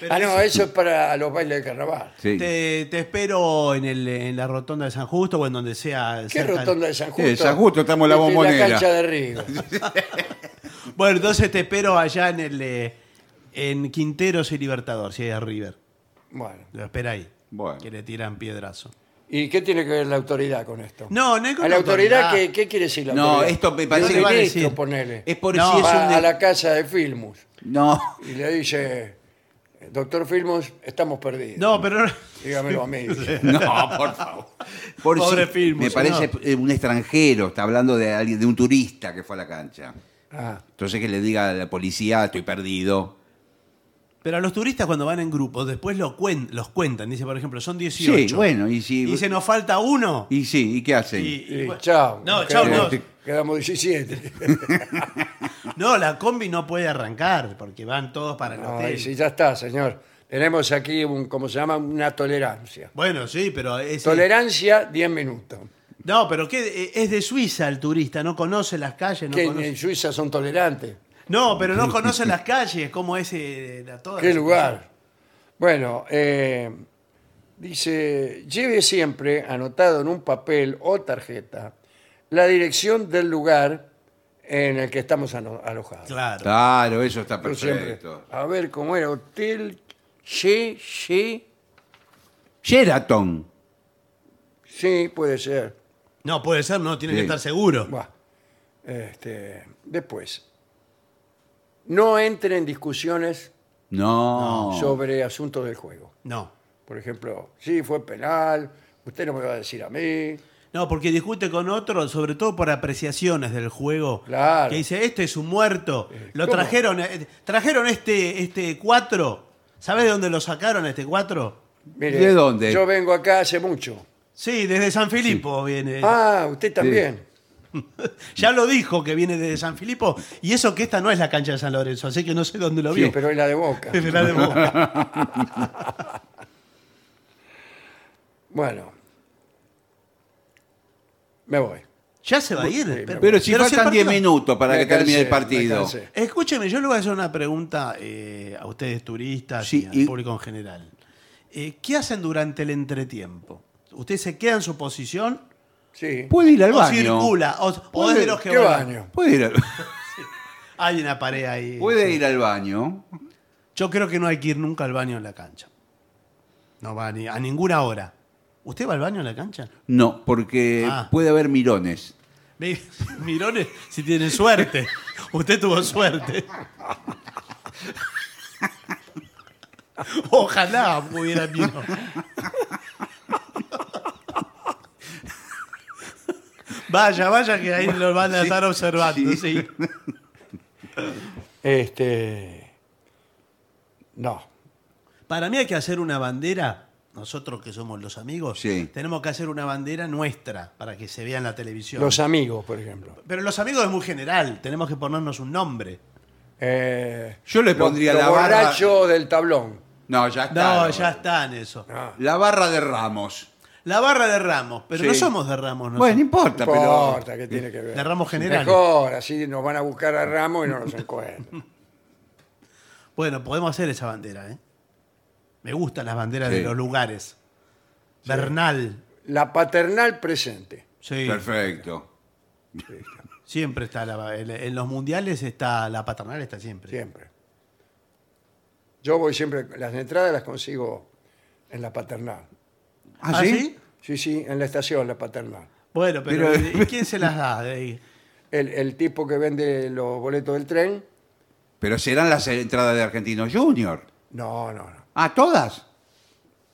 Speaker 2: Pero
Speaker 1: ah, no,
Speaker 2: es-
Speaker 1: eso es para los bailes de carnaval.
Speaker 3: Sí.
Speaker 2: te, te espero en, el- en la rotonda de San Justo o en donde sea.
Speaker 1: ¿Qué
Speaker 2: cerca-
Speaker 1: rotonda de San
Speaker 3: Sí,
Speaker 1: Justo?
Speaker 3: San Justo, estamos en la
Speaker 1: Este,
Speaker 3: Bombonera.
Speaker 1: La cancha de Río.
Speaker 2: Bueno, entonces te espero allá en el eh, en Quinteros y Libertador, si es a River.
Speaker 1: Bueno.
Speaker 2: Lo espera ahí.
Speaker 3: Bueno.
Speaker 2: Que le tiran piedrazo.
Speaker 1: ¿Y qué tiene que ver la autoridad con esto?
Speaker 2: No, no es con
Speaker 1: ¿A la
Speaker 2: la autoridad.
Speaker 1: autoridad, ¿qué, qué quiere decir la
Speaker 3: No,
Speaker 1: autoridad?
Speaker 3: esto me
Speaker 1: El
Speaker 3: parece que va a
Speaker 1: ministro,
Speaker 2: decir-
Speaker 1: ponele.
Speaker 3: Es por
Speaker 2: No,
Speaker 3: si es
Speaker 1: Va
Speaker 3: un. de-
Speaker 1: a la casa de Filmus
Speaker 3: No,
Speaker 1: y le dice, doctor Filmus, estamos perdidos.
Speaker 2: No, pero
Speaker 1: Dígamelo a mí.
Speaker 3: no, por favor. Por
Speaker 2: Pobre
Speaker 3: si-
Speaker 2: Filmus,
Speaker 3: Me parece eh, un extranjero, está hablando de alguien, de un turista que fue a la cancha.
Speaker 1: Ah,
Speaker 3: Entonces que le diga a la policía, estoy perdido.
Speaker 2: pero a los turistas cuando van en grupo, después lo cuen- los cuentan. Dice, por ejemplo, son 18.
Speaker 3: Sí, bueno, y si-
Speaker 2: Y dice, nos falta uno.
Speaker 3: Y sí, ¿y qué hacen?
Speaker 2: Y- y
Speaker 1: y
Speaker 2: bueno,
Speaker 1: chao.
Speaker 2: No, chao, no.
Speaker 1: quedamos, Quedamos 17.
Speaker 2: No, la combi no puede arrancar porque van todos para el
Speaker 1: No,
Speaker 2: hotel.
Speaker 1: y sí, ya está, señor. Tenemos aquí, un, ¿cómo se llama? Una tolerancia.
Speaker 2: Bueno, sí, pero es.
Speaker 1: Tolerancia 10 minutos.
Speaker 2: No, pero ¿qué? es de Suiza el turista, no conoce las calles, no
Speaker 1: que en-
Speaker 2: conoce.
Speaker 1: en Suiza son tolerantes.
Speaker 2: No, pero no conoce las calles, como es eh, la- toda
Speaker 1: Qué
Speaker 2: la-
Speaker 1: lugar. Bueno, eh, dice, lleve siempre anotado en un papel o tarjeta la dirección del lugar en el que estamos ano- alojados.
Speaker 2: Claro.
Speaker 3: Ah. Claro, eso está
Speaker 1: Yo siempre,
Speaker 3: perfecto.
Speaker 1: a ver cómo era, hotel She, She,
Speaker 3: Sheraton.
Speaker 1: sí, puede ser.
Speaker 2: No, puede ser, no, tiene
Speaker 3: Sí.
Speaker 2: que estar seguro.
Speaker 1: Buah. Este, después, no entre en discusiones
Speaker 3: No.
Speaker 1: sobre asuntos del juego.
Speaker 2: No.
Speaker 1: Por ejemplo, sí, fue penal, usted no me va a decir a mí.
Speaker 2: No, porque discute con otro, sobre todo por apreciaciones del juego.
Speaker 1: Claro.
Speaker 2: Que dice, este es un muerto. Lo
Speaker 1: ¿cómo?
Speaker 2: trajeron, eh, trajeron este, este 4. ¿Sabes de dónde lo sacaron este 4?
Speaker 1: Mire,
Speaker 3: ¿De dónde?
Speaker 1: Yo vengo acá hace mucho.
Speaker 2: Sí, desde San Filipo viene.
Speaker 1: Ah, usted también.
Speaker 2: Ya lo dijo que viene desde San Filipo. Y eso que esta no es la cancha de San Lorenzo, así que no sé dónde lo
Speaker 1: Sí,
Speaker 2: vio.
Speaker 1: pero es la de Boca.
Speaker 2: Es de la de Boca.
Speaker 1: Bueno. Me voy.
Speaker 2: Ya se va a ir.
Speaker 1: Sí, pero-
Speaker 3: Pero si faltan 10
Speaker 2: partido-
Speaker 3: minutos para
Speaker 1: Me
Speaker 3: que termine el
Speaker 1: cansé,
Speaker 3: partido.
Speaker 1: me cansé.
Speaker 2: Escúcheme, yo le voy a hacer una pregunta eh, a ustedes turistas
Speaker 3: Sí,
Speaker 2: y al
Speaker 3: y-
Speaker 2: público en general. Eh, ¿Qué hacen durante el entretiempo? ¿Usted se queda en su posición
Speaker 1: Sí.
Speaker 3: Puede ir al
Speaker 2: o
Speaker 3: baño.
Speaker 2: circula? O, o es de los que
Speaker 1: ¿Qué
Speaker 2: vuelan?
Speaker 1: baño?
Speaker 3: Puede ir al,
Speaker 2: Hay una pared ahí.
Speaker 3: puede ir al baño.
Speaker 2: Yo creo que no hay que ir nunca al baño en la cancha. No va ni- a ninguna hora. ¿Usted va al baño en la cancha?
Speaker 3: No, porque
Speaker 2: Ah.
Speaker 3: puede haber mirones.
Speaker 2: Ve, Mirones, si tiene suerte. Usted tuvo suerte. Ojalá hubiera mirón. Vaya, vaya que ahí lo van a estar observando, sí.
Speaker 1: Este. No.
Speaker 2: Para mí hay que hacer una bandera, nosotros que somos los amigos,
Speaker 3: Sí.
Speaker 2: tenemos que hacer una bandera nuestra para que se vea en la televisión.
Speaker 1: Los amigos, por ejemplo.
Speaker 2: Pero los amigos es muy general, tenemos que ponernos un nombre.
Speaker 1: Eh,
Speaker 3: Yo le
Speaker 1: lo-
Speaker 3: pondría
Speaker 1: lo
Speaker 3: la barra-
Speaker 1: borracho del tablón.
Speaker 3: No, ya
Speaker 2: No,
Speaker 3: está.
Speaker 2: ya está en eso.
Speaker 1: Ah,
Speaker 3: La barra de Ramos.
Speaker 2: La barra de Ramos, pero
Speaker 3: Sí.
Speaker 2: no somos de Ramos, ¿no?
Speaker 3: bueno,
Speaker 2: somos.
Speaker 3: no importa,
Speaker 1: No
Speaker 3: pero.
Speaker 1: importa, ¿qué tiene que ver?
Speaker 2: de Ramos general.
Speaker 1: Mejor, así nos van a buscar a Ramos y no nos encuentran.
Speaker 2: Bueno, podemos hacer esa bandera, ¿eh? Me gustan las banderas
Speaker 3: Sí.
Speaker 2: de los lugares. Bernal,
Speaker 1: La paternal presente.
Speaker 2: sí.
Speaker 3: Perfecto.
Speaker 2: Siempre está la, en, en los mundiales está la paternal está siempre.
Speaker 1: Siempre. Yo voy siempre, las entradas las consigo en la paternal.
Speaker 3: ¿Ah, sí?
Speaker 1: Sí, sí, en la estación, la paternal.
Speaker 2: Bueno, pero,
Speaker 3: Pero-
Speaker 2: ¿y ¿quién se las da? Eh,
Speaker 1: El, el tipo que vende los boletos del tren,
Speaker 3: Pero serán las entradas de Argentinos Junior.
Speaker 1: no, no, no.
Speaker 2: Ah,
Speaker 3: ¿A todas?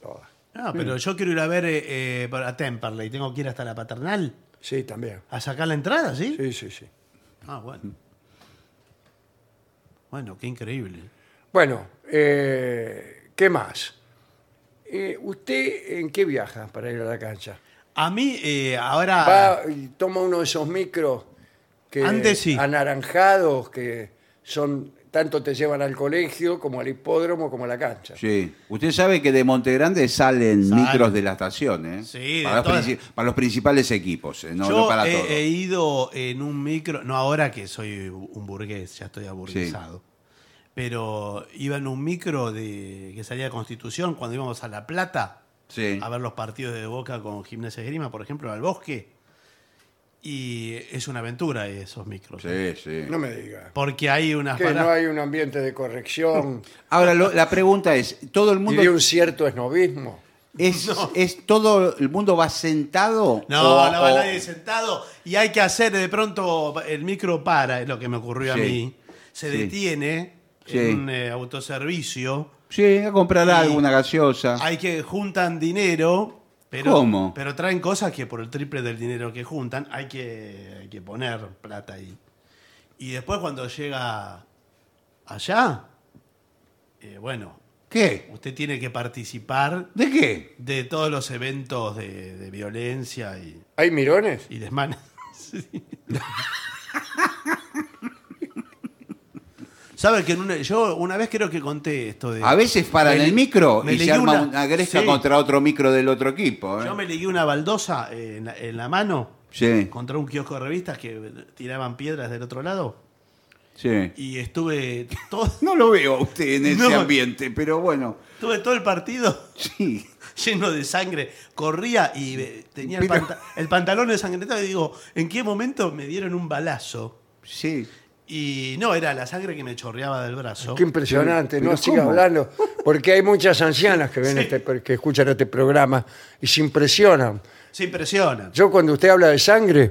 Speaker 1: todas.
Speaker 2: No, pero yo quiero ir a ver eh, eh, a Temperley, tengo que ir hasta la paternal
Speaker 1: Sí, también.
Speaker 2: a sacar la entrada, ¿sí?
Speaker 1: Sí, sí, sí.
Speaker 2: Ah, bueno. Bueno, qué increíble.
Speaker 1: Bueno, eh, ¿qué más? Eh, ¿Usted en qué viaja para ir a la cancha?
Speaker 2: A mí eh, ahora
Speaker 1: ¿Va y toma uno de esos micros que,
Speaker 2: Antes sí.
Speaker 1: anaranjados que son tanto te llevan al colegio como al hipódromo como a la cancha.
Speaker 3: Sí. Usted sabe que de Montegrande salen
Speaker 2: Salen.
Speaker 3: micros de la estación, ¿eh?
Speaker 2: Sí, de
Speaker 3: para, los
Speaker 2: todas.
Speaker 3: princi- para los principales equipos, ¿eh? no,
Speaker 2: Yo
Speaker 3: no para
Speaker 2: he,
Speaker 3: todos.
Speaker 2: he ido en un micro, no ahora que soy un burgués, ya estoy aburguesado, pero iba en un micro de que salía de Constitución cuando íbamos a La Plata
Speaker 3: Sí.
Speaker 2: a ver los partidos de Boca con Gimnasia y Grima, por ejemplo, al bosque. Y es una aventura esos micros. ¿eh?
Speaker 3: Sí, sí.
Speaker 1: No me diga.
Speaker 2: Porque hay
Speaker 3: Ah,
Speaker 2: unas
Speaker 1: Que
Speaker 2: paradas-
Speaker 1: no hay un ambiente de corrección
Speaker 3: Ahora, lo- la pregunta es, ¿todo el
Speaker 1: y
Speaker 3: mundo
Speaker 1: de un cierto esnovismo.
Speaker 3: es, es todo el mundo va sentado?
Speaker 2: No,
Speaker 3: o-
Speaker 2: no va
Speaker 3: o-
Speaker 2: nadie sentado y hay que hacer de pronto el micro para, es lo que me ocurrió
Speaker 3: Sí.
Speaker 2: a mí. Se
Speaker 3: Sí.
Speaker 2: detiene
Speaker 3: Sí.
Speaker 2: en un eh, autoservicio.
Speaker 3: Sí, a comprar
Speaker 2: Y-
Speaker 3: alguna gaseosa.
Speaker 2: Hay que juntan dinero, pero
Speaker 3: Ah. ¿Cómo?
Speaker 2: pero traen cosas que por el triple del dinero que juntan hay que hay que poner plata ahí. Y después cuando llega allá, eh, bueno,
Speaker 3: ¿Qué?
Speaker 2: usted tiene que participar
Speaker 3: ¿De qué?
Speaker 2: de todos los eventos de, de violencia y,
Speaker 1: ¿Hay mirones?
Speaker 2: y desmanes. Sí. ¿Sabe que en una- yo una vez creo que conté esto de...
Speaker 3: A veces paran
Speaker 2: Me-
Speaker 3: el micro
Speaker 2: me
Speaker 3: y
Speaker 2: leí
Speaker 3: se arma
Speaker 2: una-
Speaker 3: una gresca
Speaker 2: sí.
Speaker 3: contra otro micro del otro equipo. ¿eh?
Speaker 2: Yo me ligué una baldosa eh, en la, en la mano
Speaker 3: Sí,
Speaker 2: contra un kiosco de revistas que tiraban piedras del otro lado
Speaker 3: sí.
Speaker 2: y estuve todo,
Speaker 3: No lo veo a usted en ese
Speaker 2: No.
Speaker 3: ambiente, pero bueno,
Speaker 2: estuve todo el partido
Speaker 3: sí.
Speaker 2: lleno de sangre. Corría y eh, tenía el,
Speaker 3: Pero-
Speaker 2: panta- el pantalón ensangrentado y digo, ¿en qué momento me dieron un balazo?
Speaker 3: Sí.
Speaker 2: Y no, era la sangre que me chorreaba del brazo.
Speaker 1: Qué impresionante,
Speaker 3: Pero
Speaker 1: no siga
Speaker 3: ¿cómo?
Speaker 1: hablando, porque hay muchas ancianas que ven este, que escuchan este programa y se impresionan.
Speaker 2: Se impresiona.
Speaker 1: Yo cuando usted habla de sangre,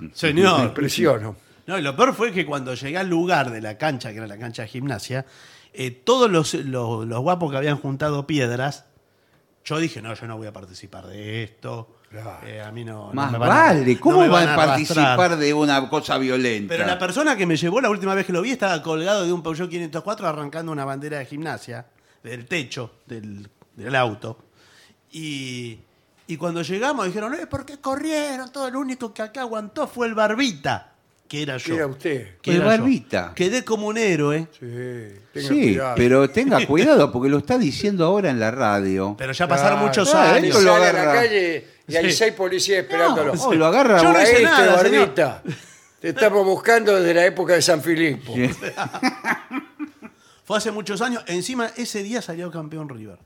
Speaker 1: me
Speaker 2: Señor.
Speaker 1: impresiono.
Speaker 2: No, y lo peor fue que cuando llegué al lugar de la cancha, que era la cancha de gimnasia, eh, todos los, los- los guapos que habían juntado piedras, yo dije, no, yo no voy a participar de esto.
Speaker 1: Claro.
Speaker 2: Eh, a mí no. no
Speaker 3: Más
Speaker 2: me van a-
Speaker 3: vale,
Speaker 2: no
Speaker 3: ¿cómo
Speaker 2: me
Speaker 3: van
Speaker 2: van
Speaker 3: a
Speaker 2: arrastrar".
Speaker 3: participar de una cosa violenta?
Speaker 2: Pero la persona que me llevó la última vez que lo vi estaba colgado de un Peugeot 504 arrancando una bandera de gimnasia del techo del, del auto. Y, y cuando llegamos dijeron, no, ¿por qué corrieron? Todo el único que acá aguantó fue el Barbita, que era yo.
Speaker 1: ¿Qué era usted?
Speaker 2: Que
Speaker 3: El
Speaker 2: era yo.
Speaker 3: Barbita.
Speaker 2: Quedé como un héroe,
Speaker 1: Sí, tenga
Speaker 3: sí,
Speaker 1: cuidado.
Speaker 3: pero tenga cuidado porque lo está diciendo ahora en la radio.
Speaker 2: pero ya pasaron
Speaker 1: Claro,
Speaker 2: muchos
Speaker 3: claro,
Speaker 1: Y
Speaker 2: años.
Speaker 3: esto lo
Speaker 1: sale a la
Speaker 3: agarra.
Speaker 1: calle y hay
Speaker 2: Sí.
Speaker 1: seis policías
Speaker 3: No,
Speaker 1: esperándolo.
Speaker 3: oh, lo agarra.
Speaker 2: Yo no
Speaker 3: vos.
Speaker 2: hice
Speaker 1: Este,
Speaker 2: nada, señor.
Speaker 1: Barbita, te estamos buscando desde la época de San Filipo.
Speaker 3: Sí.
Speaker 2: Fue hace muchos años. Encima, ese día salió campeón River.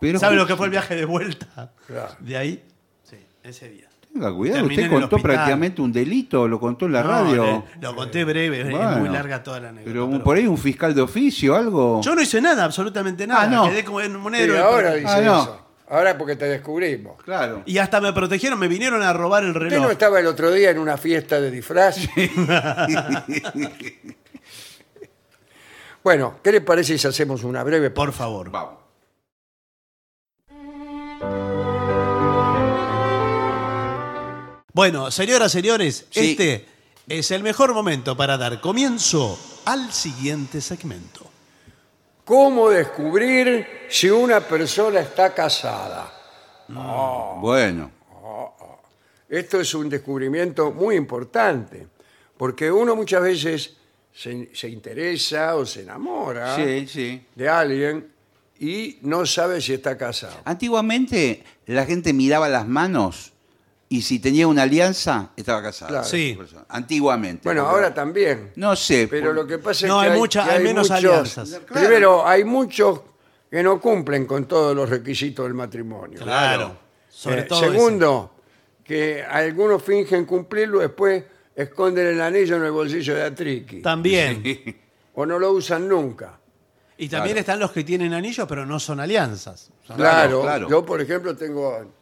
Speaker 3: Pero
Speaker 2: ¿Sabe lo que fue el viaje de vuelta?
Speaker 1: Claro.
Speaker 2: De ahí. Sí, ese día.
Speaker 3: Tenga cuidado,
Speaker 2: Terminé
Speaker 3: usted
Speaker 2: en el
Speaker 3: contó
Speaker 2: hospital.
Speaker 3: prácticamente un delito, lo contó en la
Speaker 2: No,
Speaker 3: radio.
Speaker 2: le- lo conté breve, es muy
Speaker 3: Bueno.
Speaker 2: larga toda la anécdota.
Speaker 3: Pero,
Speaker 2: pero-
Speaker 3: por ahí un fiscal de oficio, algo.
Speaker 2: Yo no hice nada, absolutamente nada.
Speaker 3: Ah, no.
Speaker 2: Quedé como en un
Speaker 1: Y
Speaker 2: héroe.
Speaker 1: ahora dice
Speaker 3: Ah, no.
Speaker 1: eso. Ahora porque te descubrimos.
Speaker 3: Claro.
Speaker 2: Y hasta me protegieron, me vinieron a robar el
Speaker 1: ¿Usted no
Speaker 2: reloj.
Speaker 1: estaba el otro día en una fiesta de disfraz? bueno, ¿qué le parece si hacemos una breve pausa?
Speaker 2: Por favor.
Speaker 3: Vamos.
Speaker 2: Bueno, señoras, señores,
Speaker 3: Sí.
Speaker 2: este es el mejor momento para dar comienzo al siguiente segmento.
Speaker 1: ¿Cómo descubrir si una persona está casada?
Speaker 3: Bueno.
Speaker 1: Esto es un descubrimiento muy importante, porque uno muchas veces se, se interesa o se enamora
Speaker 3: Sí, sí.
Speaker 1: de alguien y no sabe si está casado.
Speaker 3: Antiguamente la gente miraba las manos y si tenía una alianza estaba casada.
Speaker 1: Claro.
Speaker 2: Sí.
Speaker 3: Antiguamente.
Speaker 1: Bueno,
Speaker 3: Porque-
Speaker 1: ahora también.
Speaker 3: No sé.
Speaker 1: Pero
Speaker 3: por-
Speaker 1: lo que pasa
Speaker 2: No,
Speaker 1: es que
Speaker 2: hay mucha-
Speaker 1: que
Speaker 2: hay
Speaker 1: muchos-
Speaker 2: menos alianzas.
Speaker 3: Claro.
Speaker 1: Primero, hay muchos que no cumplen con todos los requisitos del matrimonio.
Speaker 2: Claro. Sobre
Speaker 1: Eh,
Speaker 2: todo.
Speaker 1: segundo, que algunos fingen cumplirlo, después esconden el anillo en el bolsillo de Atriqui.
Speaker 2: ese. También.
Speaker 1: O no lo usan nunca.
Speaker 2: Y también
Speaker 3: Claro.
Speaker 2: están los que tienen anillos, pero no son alianzas.
Speaker 1: Claro,
Speaker 3: Claro, claro.
Speaker 1: Yo, por ejemplo, tengo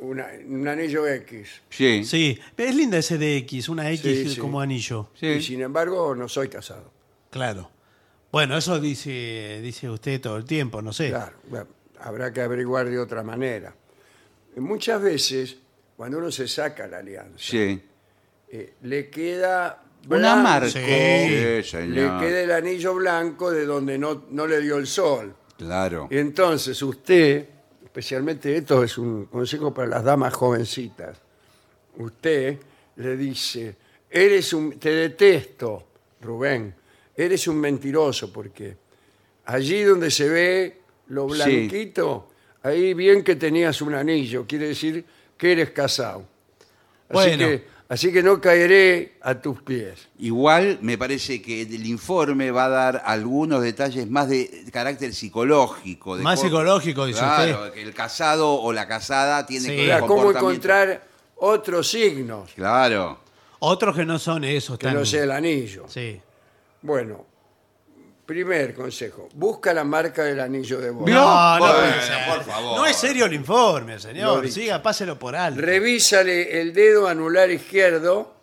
Speaker 1: una- un anillo X.
Speaker 3: Sí.
Speaker 2: Sí. Pero es linda ese de X, una X
Speaker 1: Sí, sí.
Speaker 2: como anillo.
Speaker 3: Sí.
Speaker 1: Y sin embargo, no soy casado.
Speaker 2: Claro. Bueno, eso dice, dice usted todo el tiempo, no sé.
Speaker 1: Claro, bueno, habrá que averiguar de otra manera. Y Muchas veces, cuando uno se saca la alianza,
Speaker 3: Sí.
Speaker 1: eh, le queda
Speaker 3: Una
Speaker 1: blanco,
Speaker 3: marca.
Speaker 2: Sí.
Speaker 3: Sí, señor.
Speaker 1: le queda el anillo blanco de donde no, no le dio el sol.
Speaker 3: Claro.
Speaker 1: Y entonces usted, especialmente esto es un consejo para las damas jovencitas, usted le dice, eres un, te detesto, Rubén, eres un mentiroso, porque allí donde se ve lo
Speaker 3: Sí.
Speaker 1: blanquito, ahí bien que tenías un anillo, quiere decir que eres casado. Así,
Speaker 4: Bueno.
Speaker 1: que, así que no caeré a tus pies.
Speaker 3: Igual me parece que el informe va a dar algunos detalles más de carácter psicológico. de
Speaker 4: Más
Speaker 3: cómo-
Speaker 4: psicológico, dice
Speaker 3: Claro,
Speaker 4: usted.
Speaker 3: que el casado o la casada tiene
Speaker 4: Sí.
Speaker 3: que
Speaker 1: O
Speaker 3: ver
Speaker 1: sea,
Speaker 3: con
Speaker 1: ¿Cómo encontrar otros signos
Speaker 3: Claro.
Speaker 2: Otros que no son esos.
Speaker 1: que
Speaker 2: tan-
Speaker 1: no sea el anillo?
Speaker 2: Sí.
Speaker 1: Bueno, primer consejo, busca la marca del anillo de boda.
Speaker 4: ¿Vio?
Speaker 2: No, no,
Speaker 3: Bueno,
Speaker 2: o sea,
Speaker 3: por favor.
Speaker 2: No es serio el informe,
Speaker 1: Lo
Speaker 2: señor.
Speaker 1: dicho.
Speaker 2: Siga, páselo por alto.
Speaker 1: Revísale el dedo anular izquierdo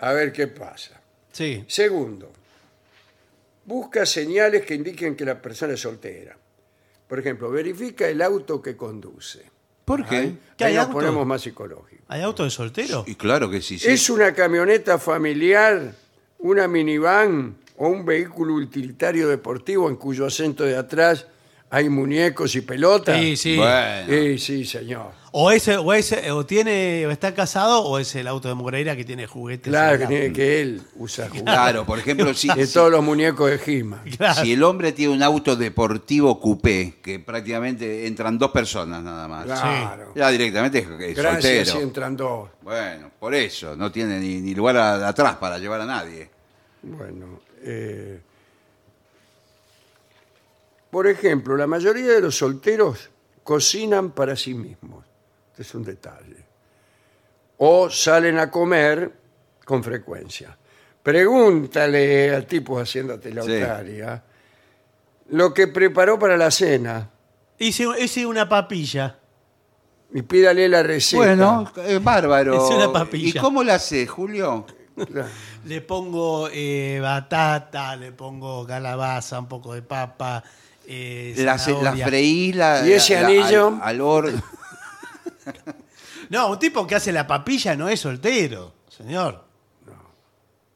Speaker 1: a ver qué pasa.
Speaker 2: sí.
Speaker 1: Segundo, busca señales que indiquen que la persona es soltera. Por ejemplo, verifica el auto que conduce.
Speaker 3: ¿Por qué?
Speaker 2: ¿Qué
Speaker 1: Ahí
Speaker 2: hay
Speaker 1: nos
Speaker 2: auto?
Speaker 1: ponemos más psicológico.
Speaker 2: ¿Hay auto de soltero?
Speaker 3: Y claro que sí, sí.
Speaker 1: ¿Es una camioneta familiar, una minivan o un vehículo utilitario deportivo en cuyo asiento de atrás hay muñecos y pelotas?
Speaker 4: Sí, sí.
Speaker 3: Bueno.
Speaker 1: Eh, sí, señor.
Speaker 2: O ese, o ese, o tiene, o está casado, o es el auto de Moreira que tiene juguetes.
Speaker 1: Claro
Speaker 2: en
Speaker 1: que
Speaker 2: la-
Speaker 1: tiene que él usar juguetes.
Speaker 3: Mm. Claro, por ejemplo, si,
Speaker 1: De todos los muñecos de Gima.
Speaker 2: Claro.
Speaker 3: si el hombre tiene un auto deportivo coupé, que prácticamente entran dos personas nada más.
Speaker 1: Claro.
Speaker 3: Ya directamente es es
Speaker 1: Gracias, si
Speaker 3: soltero.
Speaker 1: entran dos.
Speaker 3: Bueno, por eso, no tiene ni, ni lugar a- atrás para llevar a nadie.
Speaker 1: Bueno. eh, por ejemplo, la mayoría de los solteros cocinan para sí mismos. Este es un detalle. O salen a comer con frecuencia. Pregúntale al tipo haciéndote la
Speaker 3: Sí.
Speaker 1: otaria lo que preparó para la cena
Speaker 2: Hice, hice una papilla.
Speaker 1: y pídale la receta.
Speaker 3: Bueno, eh, bárbaro.
Speaker 2: Es una papilla.
Speaker 3: ¿Y cómo la hace, Julio?
Speaker 1: Claro.
Speaker 2: Le pongo eh, batata, le pongo calabaza, un poco de papa. eh,
Speaker 3: La, hace- la
Speaker 2: zanahoria.
Speaker 3: freí, la-
Speaker 1: ¿Y ese
Speaker 3: la- la-
Speaker 1: anillo?
Speaker 3: Al, al horno.
Speaker 2: No, un tipo que hace la papilla no es soltero, señor.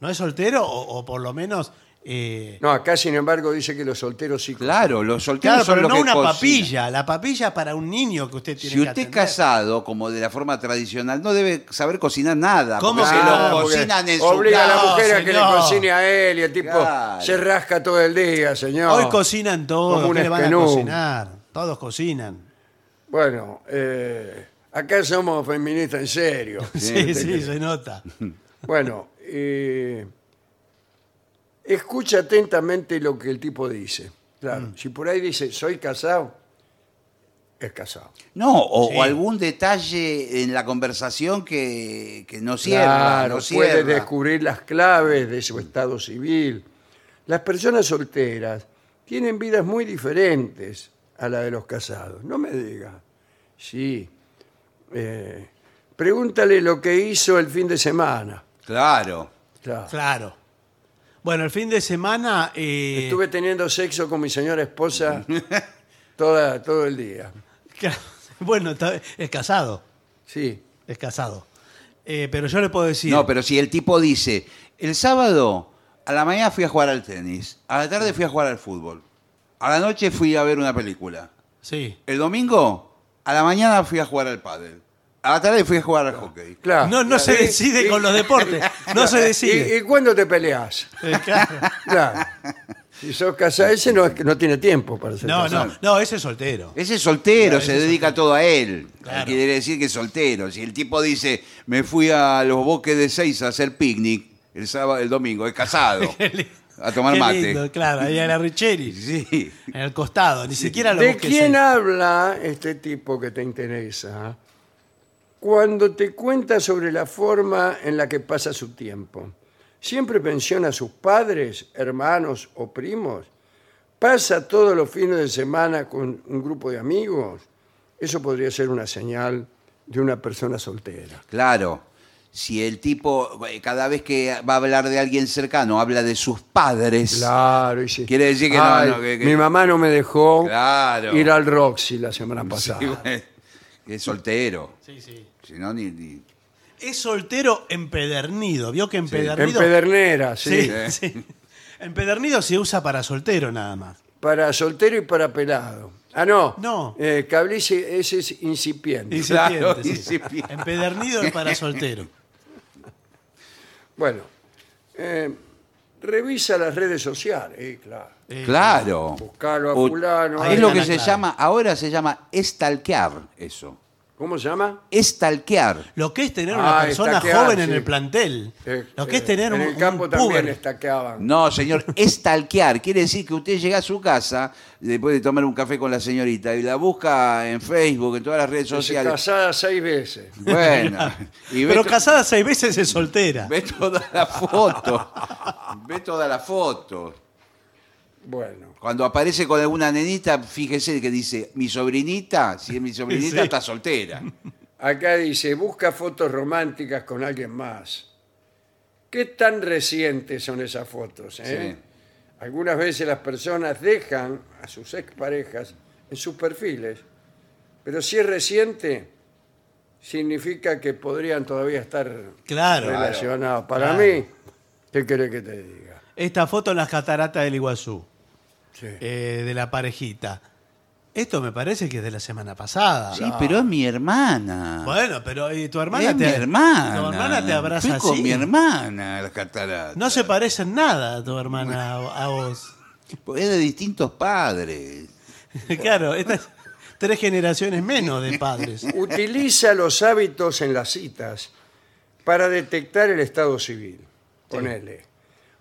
Speaker 2: No es soltero, o, o por lo menos. eh,
Speaker 1: No, acá sin embargo dice que los solteros sí.
Speaker 3: Claro, los solteros
Speaker 2: claro,
Speaker 3: son
Speaker 2: pero
Speaker 3: los
Speaker 2: no
Speaker 3: que
Speaker 2: una
Speaker 3: cocinan.
Speaker 2: papilla. La papilla es para un niño que usted tiene
Speaker 3: Si
Speaker 2: que
Speaker 3: usted es
Speaker 2: atender.
Speaker 3: casado, como de la forma tradicional, no debe saber cocinar nada.
Speaker 2: ¿Cómo
Speaker 3: porque
Speaker 2: que
Speaker 3: se
Speaker 2: no?
Speaker 3: lo
Speaker 1: porque
Speaker 3: cocinan en su
Speaker 1: Obliga a la
Speaker 2: No,
Speaker 1: mujer a que le
Speaker 2: señor.
Speaker 1: cocine a él y el tipo
Speaker 3: Claro.
Speaker 1: se rasca todo el día, señor.
Speaker 2: Hoy cocinan todos,
Speaker 1: Como un
Speaker 2: ¿qué le van a
Speaker 1: esquenú.
Speaker 2: cocinar? Todos cocinan.
Speaker 1: Bueno, eh, acá somos feministas en serio.
Speaker 2: Sí, sí, se nota.
Speaker 1: Bueno, eh, escucha atentamente lo que el tipo dice. Claro,
Speaker 3: Mm.
Speaker 1: si por ahí dice, soy casado, es casado.
Speaker 3: No, o,
Speaker 2: Sí.
Speaker 3: o algún detalle en la conversación que, que no cierra.
Speaker 1: Claro,
Speaker 3: no
Speaker 1: puede
Speaker 3: cierra.
Speaker 1: descubrir las claves de su estado civil. Las personas solteras tienen vidas muy diferentes a la de los casados. No me diga. Sí. Eh, pregúntale lo que hizo el fin de semana.
Speaker 3: Claro.
Speaker 1: Claro.
Speaker 2: Claro. Bueno, el fin de semana. eh,
Speaker 1: Estuve teniendo sexo con mi señora esposa toda, todo el día.
Speaker 2: claro, Bueno, está- es casado.
Speaker 1: Sí.
Speaker 2: Es casado. Eh, pero yo le puedo decir.
Speaker 3: No, pero si el tipo dice, el sábado a la mañana fui a jugar al tenis, a la tarde fui a jugar al fútbol, a la noche fui a ver una película,
Speaker 2: Sí.
Speaker 3: el domingo a la mañana fui a jugar al pádel, a la tarde fui a jugar al hockey.
Speaker 1: Claro.
Speaker 2: No, no se
Speaker 1: Y-
Speaker 2: decide
Speaker 1: y-
Speaker 2: con los deportes. No se
Speaker 1: ¿Y,
Speaker 2: decide.
Speaker 1: y cuándo te peleas?
Speaker 2: Eh, claro.
Speaker 1: Claro. Si sos casado, ese no, es que no tiene tiempo para ser
Speaker 2: No,
Speaker 1: casado.
Speaker 2: no, no, ese es soltero.
Speaker 3: Ese es soltero, se dedica todo a él.
Speaker 2: Claro.
Speaker 3: Quiere decir que es soltero. Si el tipo dice, me fui a los bosques de Seis a hacer picnic el sábado, el domingo, es casado. a tomar
Speaker 2: Qué
Speaker 3: mate.
Speaker 2: lindo, claro, ahí a la Richeri.
Speaker 3: Sí.
Speaker 2: En el costado, ni siquiera lo
Speaker 1: ¿De
Speaker 2: busqué,
Speaker 1: quién
Speaker 2: sí.
Speaker 1: habla este tipo que te interesa? Cuando te cuenta sobre la forma en la que pasa su tiempo. Siempre menciona a sus padres, hermanos o primos. Pasa todos los fines de semana con un grupo de amigos. Eso podría ser una señal de una persona soltera.
Speaker 3: Claro. Si el tipo, eh, cada vez que va a hablar de alguien cercano, habla de sus padres.
Speaker 1: Claro, y sí.
Speaker 3: Quiere decir que no,
Speaker 1: Ay,
Speaker 3: no, que- que-
Speaker 1: Mi mamá no me dejó
Speaker 3: Claro.
Speaker 1: ir al Roxy la semana
Speaker 3: Sí,
Speaker 1: pasada.
Speaker 3: bueno, es soltero.
Speaker 2: Sí, sí.
Speaker 3: Si no, ni- ni-
Speaker 2: Es soltero empedernido. Vio que empedernido.
Speaker 1: Empedernera, sí.
Speaker 2: sí, sí. Empedernido se usa para soltero nada más.
Speaker 1: Para soltero y para pelado. Ah, no.
Speaker 2: No.
Speaker 1: Eh, Cablice, ese es incipiente.
Speaker 2: Incipiente,
Speaker 3: Claro,
Speaker 2: sí.
Speaker 3: incipiente.
Speaker 2: Empedernido es para soltero.
Speaker 1: Bueno. eh, Revisa las redes sociales. Sí, claro.
Speaker 2: Eh,
Speaker 3: Claro.
Speaker 1: Buscalo a
Speaker 3: O-
Speaker 1: fulano.
Speaker 2: Ahí
Speaker 3: es lo
Speaker 2: están
Speaker 3: que se
Speaker 2: aclarados.
Speaker 3: llama, ahora se llama estalquear eso.
Speaker 1: ¿Cómo se llama?
Speaker 3: Estalquear.
Speaker 2: Lo que es tener una
Speaker 1: Ah,
Speaker 2: persona
Speaker 1: estaquear,
Speaker 2: joven en
Speaker 1: sí.
Speaker 2: el plantel.
Speaker 1: Eh,
Speaker 2: lo que es
Speaker 1: eh,
Speaker 2: tener
Speaker 1: En
Speaker 2: un,
Speaker 1: el campo
Speaker 2: un
Speaker 1: también
Speaker 2: puber.
Speaker 1: estaqueaban.
Speaker 3: No, señor, estalquear quiere decir que usted llega a su casa después de tomar un café con la señorita y la busca en Facebook, en todas las redes
Speaker 1: Se
Speaker 3: sociales.
Speaker 1: casada seis veces.
Speaker 3: Bueno, y ve,
Speaker 2: Pero
Speaker 3: to-
Speaker 2: casada seis veces es soltera.
Speaker 3: ve toda la foto. ve toda la foto.
Speaker 1: Bueno.
Speaker 3: Cuando aparece con alguna nenita, fíjese que dice, mi sobrinita, si es mi sobrinita,
Speaker 2: Sí.
Speaker 3: está soltera.
Speaker 1: Acá dice, busca fotos románticas con alguien más. ¿Qué tan recientes son esas fotos? eh? Algunas veces las personas dejan a sus exparejas en sus perfiles, pero si es reciente, significa que podrían todavía estar
Speaker 2: Claro.
Speaker 1: relacionados. Para
Speaker 2: Claro.
Speaker 1: mí, ¿qué querés que te diga?
Speaker 2: Esta foto en las cataratas del Iguazú,
Speaker 1: Sí.
Speaker 2: eh, de la parejita. Esto me parece que es de la semana pasada.
Speaker 3: Sí, pero es mi hermana.
Speaker 2: Ah. Bueno, pero ¿y tu hermana
Speaker 3: es
Speaker 2: te
Speaker 3: mi hermana.
Speaker 2: Tu hermana te abraza
Speaker 3: Fui con
Speaker 2: así.
Speaker 3: mi hermana, las cataratas.
Speaker 2: No se parece en nada a tu hermana a a vos.
Speaker 3: Porque Pues es de distintos padres.
Speaker 2: claro, estas tres generaciones menos de padres.
Speaker 1: Utiliza los hábitos en las citas para detectar el estado civil. Ponele.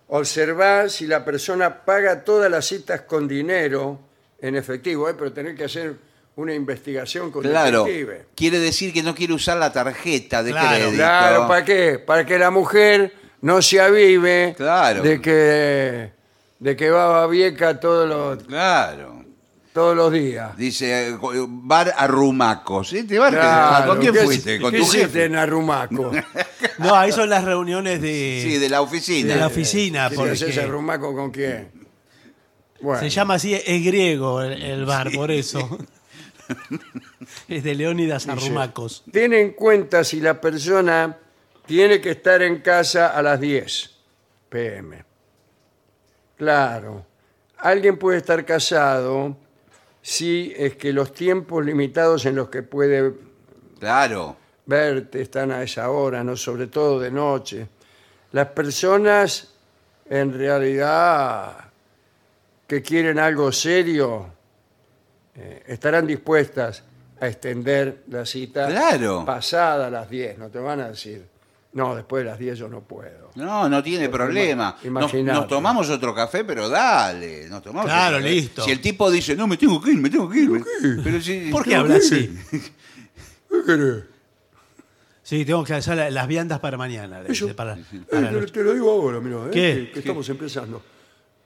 Speaker 1: Observar si la persona paga todas las citas con dinero en efectivo, ¿eh? pero tener que hacer una investigación con
Speaker 3: Claro.
Speaker 1: detective.
Speaker 3: Quiere decir que no quiere usar la tarjeta de
Speaker 2: Claro.
Speaker 3: crédito.
Speaker 1: Claro, ¿para qué? Para que la mujer no se avive
Speaker 3: Claro.
Speaker 1: de que de que va a Babieca todos los
Speaker 3: Claro.
Speaker 1: todos los días.
Speaker 3: Dice eh, bar Arrumacos. Este bar que-
Speaker 1: Claro,
Speaker 3: ¿Con quién
Speaker 1: ¿qué-
Speaker 3: fuiste? ¿Con
Speaker 1: qué
Speaker 3: tu
Speaker 1: hiciste
Speaker 3: jefe?
Speaker 1: en Arrumaco?
Speaker 2: No, ahí son las reuniones
Speaker 3: Sí,
Speaker 2: de,
Speaker 3: de la oficina.
Speaker 2: de la oficina.
Speaker 1: ¿Qué
Speaker 2: porque
Speaker 1: haces ese Arrumaco con quién? Bueno.
Speaker 2: se llama así, es griego el, el bar, por eso. es de Leónidas Arrumacos.
Speaker 1: Ten en cuenta si la persona tiene que estar en casa a las 10 pm. Claro, alguien puede estar casado si es que los tiempos limitados en los que puede
Speaker 3: Claro.
Speaker 1: verte están a esa hora, ¿no? sobre todo de noche. Las personas en realidad que quieren algo serio eh, estarán dispuestas a extender la cita
Speaker 3: Claro.
Speaker 1: pasada las 10, no te van a decir, no, después de las 10 yo no puedo.
Speaker 3: No, no tiene problema. Nos,
Speaker 1: Imaginate.
Speaker 3: nos tomamos otro café, pero dale. Nos tomamos
Speaker 2: Claro,
Speaker 3: otro café.
Speaker 2: listo.
Speaker 3: Si el tipo dice, no, me tengo que ir, me tengo que ir. me- Pero si,
Speaker 2: ¿Por qué
Speaker 3: tengo
Speaker 2: habla
Speaker 3: que ir.
Speaker 2: así? Sí, tengo que hacer la- las viandas para mañana. de- de-
Speaker 3: eh,
Speaker 2: para- para la noche.
Speaker 1: eh, te lo digo ahora, mira,
Speaker 2: ¿Qué? que- que
Speaker 1: estamos empezando.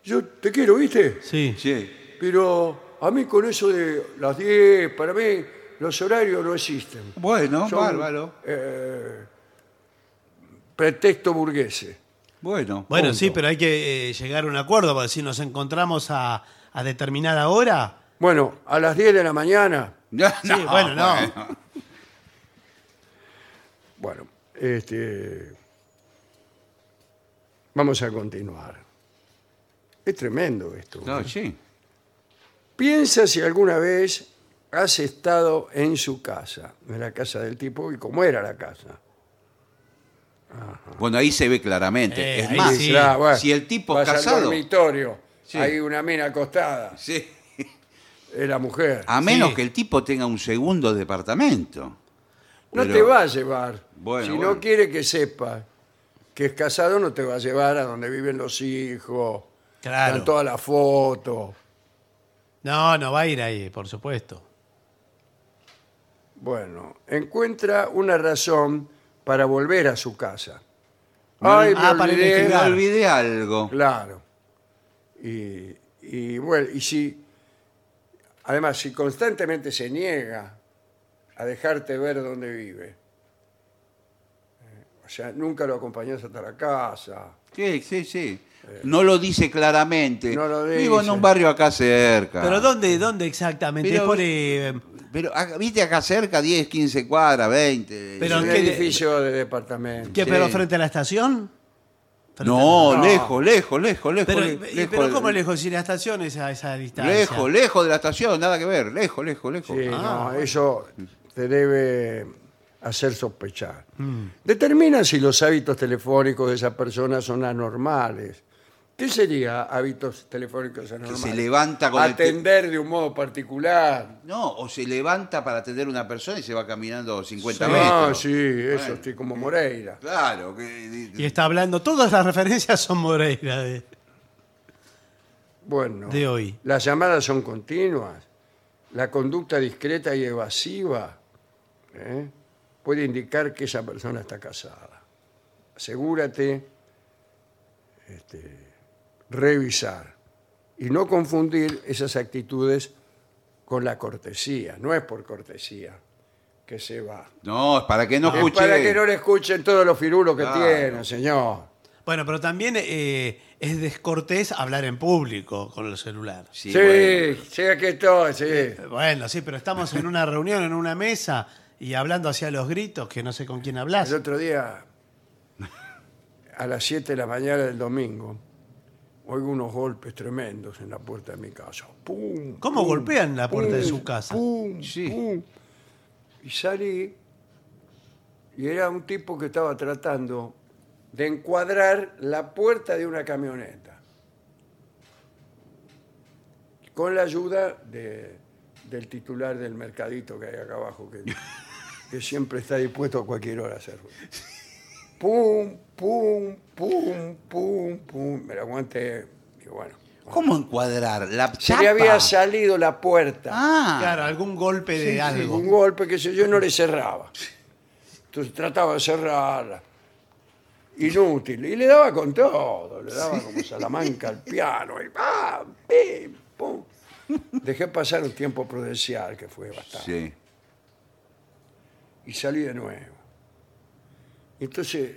Speaker 1: Yo te quiero, ¿viste?
Speaker 2: Sí.
Speaker 3: Sí.
Speaker 1: Pero a mí con eso de las 10, para mí los horarios no existen.
Speaker 3: Bueno,
Speaker 1: Son,
Speaker 3: bárbaro.
Speaker 1: eh, pretexto burguese.
Speaker 3: Bueno.
Speaker 2: Bueno,
Speaker 3: punto.
Speaker 2: sí, pero hay que eh, llegar a un acuerdo, porque si nos encontramos a, a determinada hora,
Speaker 1: Bueno, a las 10 de la mañana,
Speaker 2: Sí, bueno, no.
Speaker 1: bueno, este, vamos a continuar. Es tremendo esto.
Speaker 3: No, sí.
Speaker 1: Piensa si alguna vez has estado en su casa, en la casa del tipo, y cómo era la casa.
Speaker 3: Bueno, ahí se ve claramente.
Speaker 2: Eh,
Speaker 3: es
Speaker 2: ahí
Speaker 3: más,
Speaker 2: sí.
Speaker 1: Claro, "Ah, bueno,
Speaker 3: si el tipo es
Speaker 1: vas al
Speaker 3: casado.
Speaker 1: dormitorio,
Speaker 3: Sí.
Speaker 1: hay una mina acostada,
Speaker 3: Sí.
Speaker 1: es la mujer.
Speaker 3: A menos
Speaker 2: Sí.
Speaker 3: que el tipo tenga un segundo departamento.
Speaker 1: No
Speaker 3: Pero-
Speaker 1: te va a llevar.
Speaker 3: Bueno,
Speaker 1: si no
Speaker 3: bueno.
Speaker 1: quiere que sepa que es casado, no te va a llevar a donde viven los hijos.
Speaker 2: Claro.
Speaker 1: Están todas las fotos.
Speaker 2: no, no va a ir ahí, por supuesto.
Speaker 1: Bueno, encuentra una razón para volver a su casa. Ay, me
Speaker 2: Ah, para
Speaker 1: olvidé.
Speaker 3: Me
Speaker 2: investigar. Claro.
Speaker 3: olvidé algo.
Speaker 1: Claro. Y, y bueno, y si, además, si constantemente se niega a dejarte ver dónde vive, eh, o sea, nunca lo acompañás hasta la casa.
Speaker 3: Sí, sí, sí. No lo dice claramente.
Speaker 1: No lo
Speaker 3: Vivo en
Speaker 1: dice.
Speaker 3: un barrio acá cerca.
Speaker 2: Pero ¿dónde, dónde exactamente?
Speaker 3: Pero-
Speaker 2: Es por, eh,
Speaker 3: Pero, ah, viste acá cerca, 10, 15 cuadras, 20.
Speaker 2: Pero
Speaker 1: Es un
Speaker 2: ¿qué-
Speaker 1: edificio de departamento.
Speaker 2: ¿qué,
Speaker 3: Sí.
Speaker 2: pero frente a la estación? Frente a
Speaker 3: no,
Speaker 1: No.
Speaker 3: lejos, lejos, lejos,
Speaker 2: la-
Speaker 3: lejos.
Speaker 2: Pero,
Speaker 3: le-
Speaker 2: eh,
Speaker 3: lejos
Speaker 2: pero ¿cómo lejos? Si la estación es a esa distancia.
Speaker 3: Lejos, lejos de la estación, nada que ver. Lejos, lejos, lejos.
Speaker 1: Sí, no,
Speaker 2: Ah, bueno.
Speaker 1: eso te debe hacer
Speaker 2: Mm.
Speaker 1: sospechar. Determina si los hábitos telefónicos de esa persona son anormales ¿Qué sería hábitos telefónicos anormales?
Speaker 3: se levanta con el te-
Speaker 1: Atender de un modo particular.
Speaker 3: No, o se levanta para atender a una persona y se va caminando 50
Speaker 1: Ah,
Speaker 3: metros.
Speaker 1: sí, eso,
Speaker 3: Bueno.
Speaker 1: estoy como Moreira.
Speaker 3: Claro. que-
Speaker 2: Y está hablando, todas las referencias son Moreira de,
Speaker 1: Bueno.
Speaker 2: de hoy.
Speaker 1: Las llamadas son continuas. La conducta discreta y evasiva ¿eh? puede indicar que esa persona está casada. Asegúrate este, revisar y no confundir esas actitudes con la cortesía. No es por cortesía que se va.
Speaker 3: No, es para que no
Speaker 1: Es
Speaker 3: escuche.
Speaker 1: para que no le escuchen todos los firulos que
Speaker 3: Claro.
Speaker 1: tienen, señor.
Speaker 2: Bueno, pero también eh, es descortés hablar en público con el celular.
Speaker 3: Sí,
Speaker 1: Sí,
Speaker 3: bueno.
Speaker 1: sí, aquí estoy, sí.
Speaker 2: Bueno, sí, pero estamos en una reunión, en una mesa y hablando hacia los gritos, que no sé con quién hablas.
Speaker 1: El otro día, a las 7 de la mañana del domingo, oigo unos golpes tremendos en la puerta de mi casa. ¡Pum!
Speaker 2: ¿Cómo
Speaker 1: pum,
Speaker 2: golpean la puerta de
Speaker 1: pum,
Speaker 2: su casa?
Speaker 1: ¡Pum!
Speaker 3: Sí.
Speaker 1: ¡Pum! Y salí y era un tipo que estaba tratando de encuadrar la puerta de una camioneta. Con la ayuda de- del titular del mercadito que hay acá abajo, que, que siempre está dispuesto a cualquier hora a hacer ruido. Pum, pum, pum, pum, pum. Me la aguanté. Y bueno.
Speaker 3: ¿Cómo encuadrar? La
Speaker 1: Se
Speaker 3: chapa.
Speaker 1: le había salido la puerta.
Speaker 3: Ah,
Speaker 2: Claro, algún golpe
Speaker 1: Sí,
Speaker 2: de
Speaker 1: sí,
Speaker 2: algo.
Speaker 1: Un golpe, que sé yo, no le cerraba. Entonces trataba de cerrarla. Inútil. Y le daba con todo. Le daba como Salamanca al piano. Y ¡pam! ¡Pim! ¡Pum! Dejé pasar un tiempo prudencial, que fue bastante.
Speaker 3: Sí.
Speaker 1: Y salí de nuevo. Entonces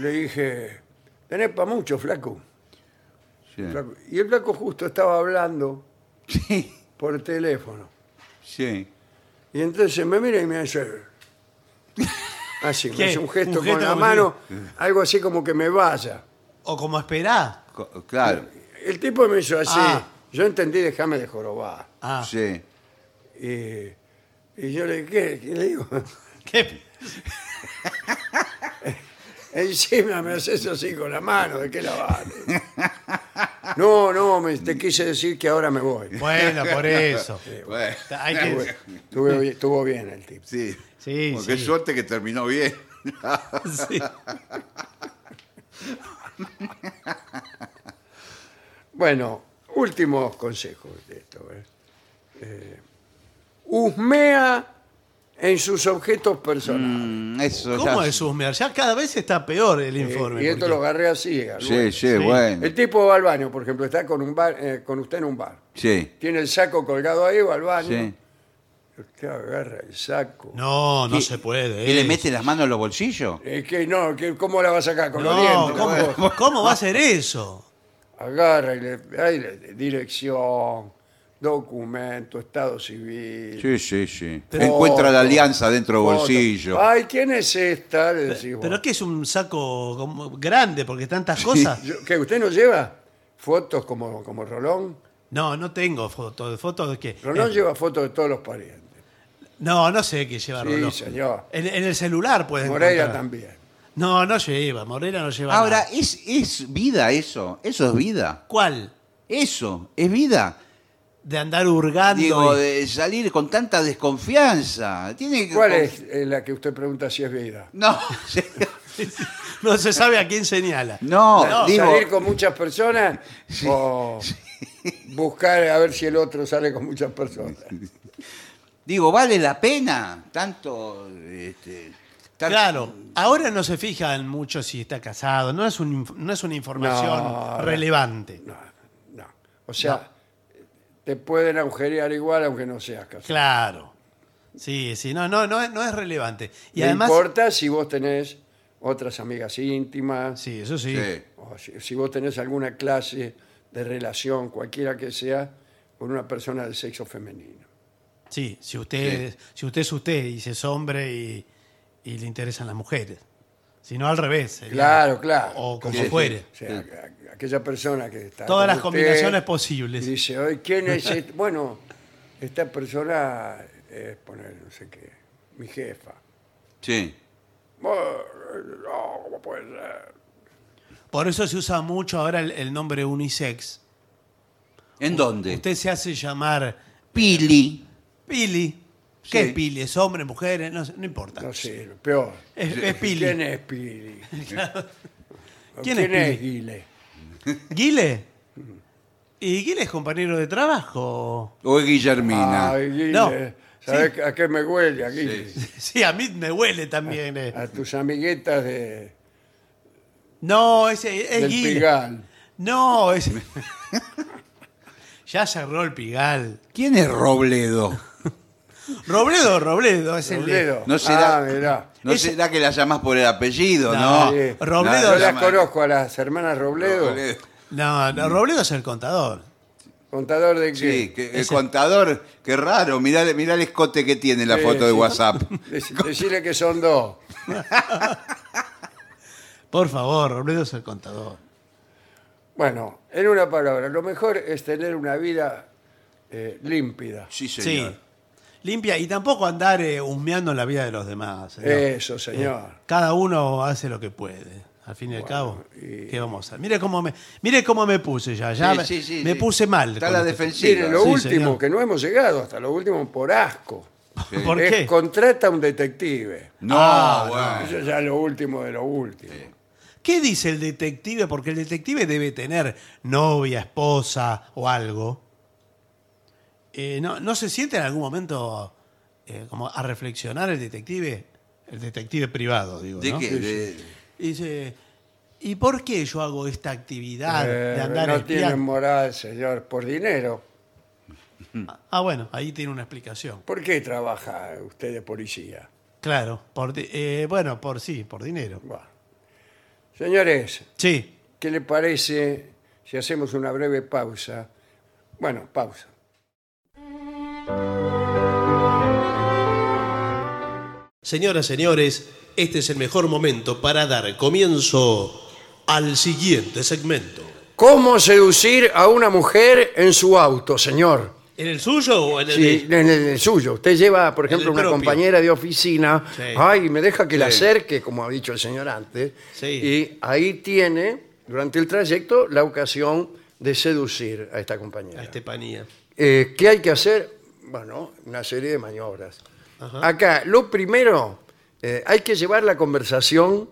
Speaker 1: le dije, tenés pa' mucho, flaco.
Speaker 3: Sí.
Speaker 1: Flaco. Y el flaco justo estaba hablando
Speaker 3: Sí.
Speaker 1: por teléfono.
Speaker 3: sí.
Speaker 1: Y entonces me mira y me hace. Así, me
Speaker 2: ¿Qué?
Speaker 1: hace un gesto,
Speaker 2: Un gesto
Speaker 1: con la
Speaker 2: como Mm.
Speaker 1: mano, algo así como que me vaya.
Speaker 2: O como esperá.
Speaker 3: Co- Claro.
Speaker 1: El tipo me hizo así.
Speaker 2: Ah.
Speaker 1: Yo entendí, déjame de jorobar.
Speaker 2: Ah,
Speaker 3: Sí.
Speaker 1: Y, y yo le ¿qué? ¿Qué le digo?
Speaker 2: ¿qué?
Speaker 1: Encima me haces así con la mano, ¿de qué la vale? No, no, me- te quise decir que ahora me voy.
Speaker 2: Bueno, por eso.
Speaker 3: Bueno.
Speaker 2: Hay
Speaker 1: Estuvo-
Speaker 2: que...
Speaker 1: Estuvo bien, estuvo bien el tipo.
Speaker 3: Sí.
Speaker 2: Sí,
Speaker 3: Bueno, Qué
Speaker 2: sí.
Speaker 3: suerte que terminó bien.
Speaker 2: sí.
Speaker 1: Bueno, últimos consejos de esto. ¿eh? Eh, husmea en sus objetos personales.
Speaker 3: Mm, Eso
Speaker 2: ¿Cómo
Speaker 3: ya-
Speaker 2: es Usmer? Ya cada vez está peor el Mm, informe.
Speaker 1: y esto
Speaker 2: porque-
Speaker 1: lo agarré así. al
Speaker 3: Sí,
Speaker 1: vuelo.
Speaker 3: sí, bueno.
Speaker 1: El tipo va al baño, por ejemplo, está con, un bar- eh, con usted en un bar.
Speaker 3: Sí.
Speaker 1: Tiene el saco colgado ahí, va al baño.
Speaker 3: Sí.
Speaker 1: Usted agarra el saco.
Speaker 2: No, no
Speaker 3: ¿Qué-
Speaker 2: se puede. eh.
Speaker 3: ¿Y le
Speaker 2: eso.
Speaker 3: mete las manos en los bolsillos?
Speaker 1: Es que no, que- ¿cómo la va a sacar? Con los
Speaker 2: No,
Speaker 1: dientes.
Speaker 2: ¿cómo,
Speaker 1: ¿cómo?
Speaker 2: cómo va a ser eso?
Speaker 1: Agarra y le, ahí le- dirección, documento, estado civil.
Speaker 3: Sí, sí, sí.
Speaker 1: Pero-
Speaker 3: Encuentra la alianza dentro del
Speaker 1: Foto.
Speaker 3: bolsillo.
Speaker 1: Ay, ¿quién es esta? Le decís vos.
Speaker 2: Pero que es un saco como grande porque tantas cosas.
Speaker 1: Yo- ¿Qué, ¿Usted no lleva fotos como, como Rolón?
Speaker 2: No, no tengo fotos de fotos de que
Speaker 1: Rolón
Speaker 2: eh,
Speaker 1: lleva fotos de todos los parientes.
Speaker 2: No, no sé qué lleva
Speaker 1: Sí,
Speaker 2: Rolón.
Speaker 1: señor.
Speaker 2: En, en el celular puedes
Speaker 1: Moreira
Speaker 2: encontrar.
Speaker 1: también.
Speaker 2: No, no lleva, Moreira no lleva.
Speaker 3: Ahora,
Speaker 2: nada.
Speaker 3: ¿es, ¿es vida eso? ¿Eso es vida?
Speaker 2: ¿cuál?
Speaker 3: ¿Eso es vida?
Speaker 2: De andar hurgando.
Speaker 3: Digo,
Speaker 2: y-
Speaker 3: de salir con tanta desconfianza. Tiene que-
Speaker 1: ¿Cuál es eh, la que usted pregunta si es vida?
Speaker 3: No, sí.
Speaker 2: No se sabe a quién señala.
Speaker 3: no,
Speaker 2: No,
Speaker 3: digo...
Speaker 1: ¿Salir con muchas personas o buscar a ver si el otro sale con muchas personas?
Speaker 3: Digo, ¿vale la pena tanto? este, estar-
Speaker 2: Claro, ahora no se fijan mucho si está casado, no es, un inf- no es una información
Speaker 1: No, no.
Speaker 2: relevante.
Speaker 1: No, no. O sea, te pueden agujerear igual aunque no seas casado.
Speaker 2: Claro. Sí, sí, no, no, no es, no es relevante. Y
Speaker 1: No
Speaker 2: además.
Speaker 1: importa si vos tenés otras amigas íntimas,
Speaker 2: Sí, eso sí.
Speaker 3: Sí.
Speaker 1: o si, si vos tenés alguna clase de relación, cualquiera que sea, con una persona del sexo femenino.
Speaker 2: Sí, si usted, si usted es usted y se es hombre y, y le interesan las mujeres. Si no, al revés. sería-
Speaker 1: Claro, claro.
Speaker 2: O como
Speaker 3: Sí, sí.
Speaker 2: fuere.
Speaker 1: O sea, aqu- aquella persona que está.
Speaker 2: Todas
Speaker 1: con
Speaker 2: las
Speaker 1: usted
Speaker 2: combinaciones
Speaker 1: y
Speaker 2: posibles.
Speaker 1: Dice, "Ay, ¿quién es este?" Bueno, esta persona es poner, no sé qué, mi jefa. "Oh,
Speaker 3: Sí.
Speaker 1: Bueno, No, ¿cómo puede ser?
Speaker 2: Por eso se usa mucho ahora el, el nombre unisex.
Speaker 3: ¿En dónde?
Speaker 2: Usted se hace llamar
Speaker 3: Pili.
Speaker 2: Pili. ¿Qué
Speaker 3: Sí.
Speaker 2: es Pili? ¿Es hombre, mujer? No, sé, no importa.
Speaker 1: No sé, lo peor.
Speaker 2: Es, es Pili.
Speaker 1: ¿Quién es Pili? ¿O
Speaker 2: ¿Quién
Speaker 1: ¿Quién,
Speaker 2: es
Speaker 1: es,
Speaker 2: Pili?
Speaker 1: Guile?
Speaker 2: ¿Guile?
Speaker 1: Mm.
Speaker 2: ¿Y Guile es compañero de trabajo?
Speaker 3: O es Guillermina.
Speaker 1: Ay, Guile.
Speaker 2: No.
Speaker 1: ¿Sabes a qué me huele a Guile?
Speaker 3: Sí.
Speaker 2: Sí, a mí me huele también. eh.
Speaker 1: A tus amiguetas de,
Speaker 2: No, ese es
Speaker 1: del
Speaker 2: Guile.
Speaker 1: Pigal.
Speaker 2: No, ese... ya cerró el pigal.
Speaker 3: ¿Quién es Robledo?
Speaker 2: Robledo, Robledo, es el de-
Speaker 1: Robledo.
Speaker 3: No será-
Speaker 1: Ah, mirá.
Speaker 3: No
Speaker 2: Esa-
Speaker 3: será que la llamás por el apellido,
Speaker 2: No,
Speaker 3: ¿no?
Speaker 1: sí.
Speaker 2: Robledo
Speaker 1: Yo
Speaker 3: Nada,
Speaker 2: la
Speaker 1: las
Speaker 3: llama-
Speaker 1: conozco a las hermanas Robledo,
Speaker 3: Robledo.
Speaker 2: No, no, Robledo es el contador.
Speaker 1: contador de
Speaker 3: Sí,
Speaker 1: qué.
Speaker 3: que- el contador, qué raro. Mirá, mirá el escote que tiene la
Speaker 1: Sí,
Speaker 3: foto de
Speaker 1: sí.
Speaker 3: WhatsApp.
Speaker 1: Dec- Decirle que son dos.
Speaker 2: Por favor, Robledo es el contador.
Speaker 1: Bueno, en una palabra, lo mejor es tener una vida eh, límpida.
Speaker 3: Sí, señor.
Speaker 2: Sí. Limpia y tampoco andar eh, husmeando en la vida de los demás. señor.
Speaker 1: Eso, señor.
Speaker 2: Cada uno hace lo que puede. Al fin y al cabo, ¿qué vamos a hacer? Mire cómo me, mire cómo me puse ya. ya
Speaker 3: Sí,
Speaker 2: me,
Speaker 3: sí, sí,
Speaker 2: me
Speaker 3: sí.
Speaker 2: puse mal.
Speaker 3: Está
Speaker 2: con
Speaker 3: la
Speaker 2: este-
Speaker 3: defensiva.
Speaker 1: Mire, lo
Speaker 2: Sí,
Speaker 1: último,
Speaker 2: señor.
Speaker 1: que no hemos llegado hasta lo último por asco.
Speaker 2: ¿Por
Speaker 1: es
Speaker 2: qué?
Speaker 1: contrata a un detective.
Speaker 3: No,
Speaker 2: Ah,
Speaker 3: bueno.
Speaker 1: Eso ya es lo último de lo último.
Speaker 2: ¿Qué dice el detective? Porque el detective debe tener novia, esposa o algo. Eh, no, ¿No se siente en algún momento eh, como a reflexionar el detective? El detective privado, digo.
Speaker 3: ¿De
Speaker 2: ¿no?
Speaker 3: qué? De-
Speaker 2: Y Dice, ¿y por qué yo hago esta actividad
Speaker 1: Eh,
Speaker 2: de andar
Speaker 1: no tienen
Speaker 2: espiando?
Speaker 1: moral, señor, por dinero.
Speaker 2: Ah, bueno, ahí tiene una explicación.
Speaker 1: ¿Por qué trabaja usted de policía?
Speaker 2: Claro, por, di- eh, bueno, por sí, por dinero.
Speaker 1: Bueno. Señores,
Speaker 2: Sí,
Speaker 1: ¿Qué le parece si hacemos una breve pausa? Bueno, pausa.
Speaker 4: Señoras, señores, este es el mejor momento para dar comienzo al siguiente segmento.
Speaker 1: ¿Cómo seducir a una mujer en su auto, señor?
Speaker 4: ¿En el suyo o en el
Speaker 1: Sí, en el, suyo. Usted lleva, por ejemplo,
Speaker 4: el
Speaker 1: una
Speaker 4: propio.
Speaker 1: compañera de oficina.
Speaker 4: Sí.
Speaker 1: Ay, me deja que la
Speaker 3: Sí.
Speaker 1: acerque, como ha dicho el señor antes.
Speaker 4: Sí.
Speaker 1: Y ahí tiene, durante el trayecto, la ocasión de seducir a esta compañera.
Speaker 4: a Estefanía?
Speaker 1: Eh, ¿Qué hay que hacer? Bueno, una serie de maniobras. Acá, lo primero, eh, hay que llevar la conversación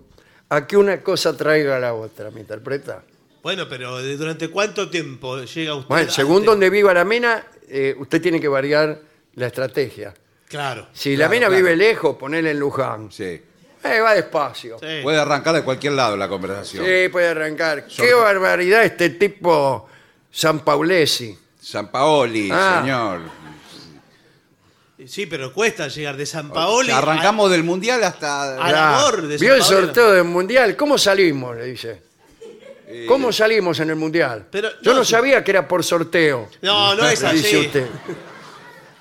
Speaker 1: a que una cosa traiga a la otra, ¿me interpreta?
Speaker 4: Bueno, pero ¿de- ¿durante cuánto tiempo llega usted?
Speaker 1: Bueno,
Speaker 4: al
Speaker 1: según
Speaker 4: te-
Speaker 1: donde viva la mina, eh, usted tiene que variar la estrategia.
Speaker 4: Claro.
Speaker 1: Si la
Speaker 3: Claro,
Speaker 1: mina
Speaker 3: claro.
Speaker 1: vive lejos, ponele en Luján.
Speaker 3: sí.
Speaker 1: Eh, va despacio.
Speaker 4: Sí.
Speaker 3: Puede arrancar de cualquier lado la conversación.
Speaker 1: Sí, puede arrancar. ¡Qué barbaridad este tipo San Paulesi!
Speaker 3: San Paoli,
Speaker 1: Ah.
Speaker 3: señor.
Speaker 4: Sí, pero cuesta llegar de San Paoli. a-
Speaker 3: Arrancamos del mundial hasta.
Speaker 4: Al
Speaker 1: Ya.
Speaker 4: amor de San
Speaker 1: Vio el
Speaker 4: Paolo.
Speaker 1: sorteo del mundial. ¿Cómo salimos? Le dice. ¿Cómo salimos en el mundial?
Speaker 4: Eh. Pero-
Speaker 1: Yo no,
Speaker 4: no, sí.
Speaker 1: sabía que era por sorteo.
Speaker 4: No, no es
Speaker 1: le dice
Speaker 4: así.
Speaker 1: usted.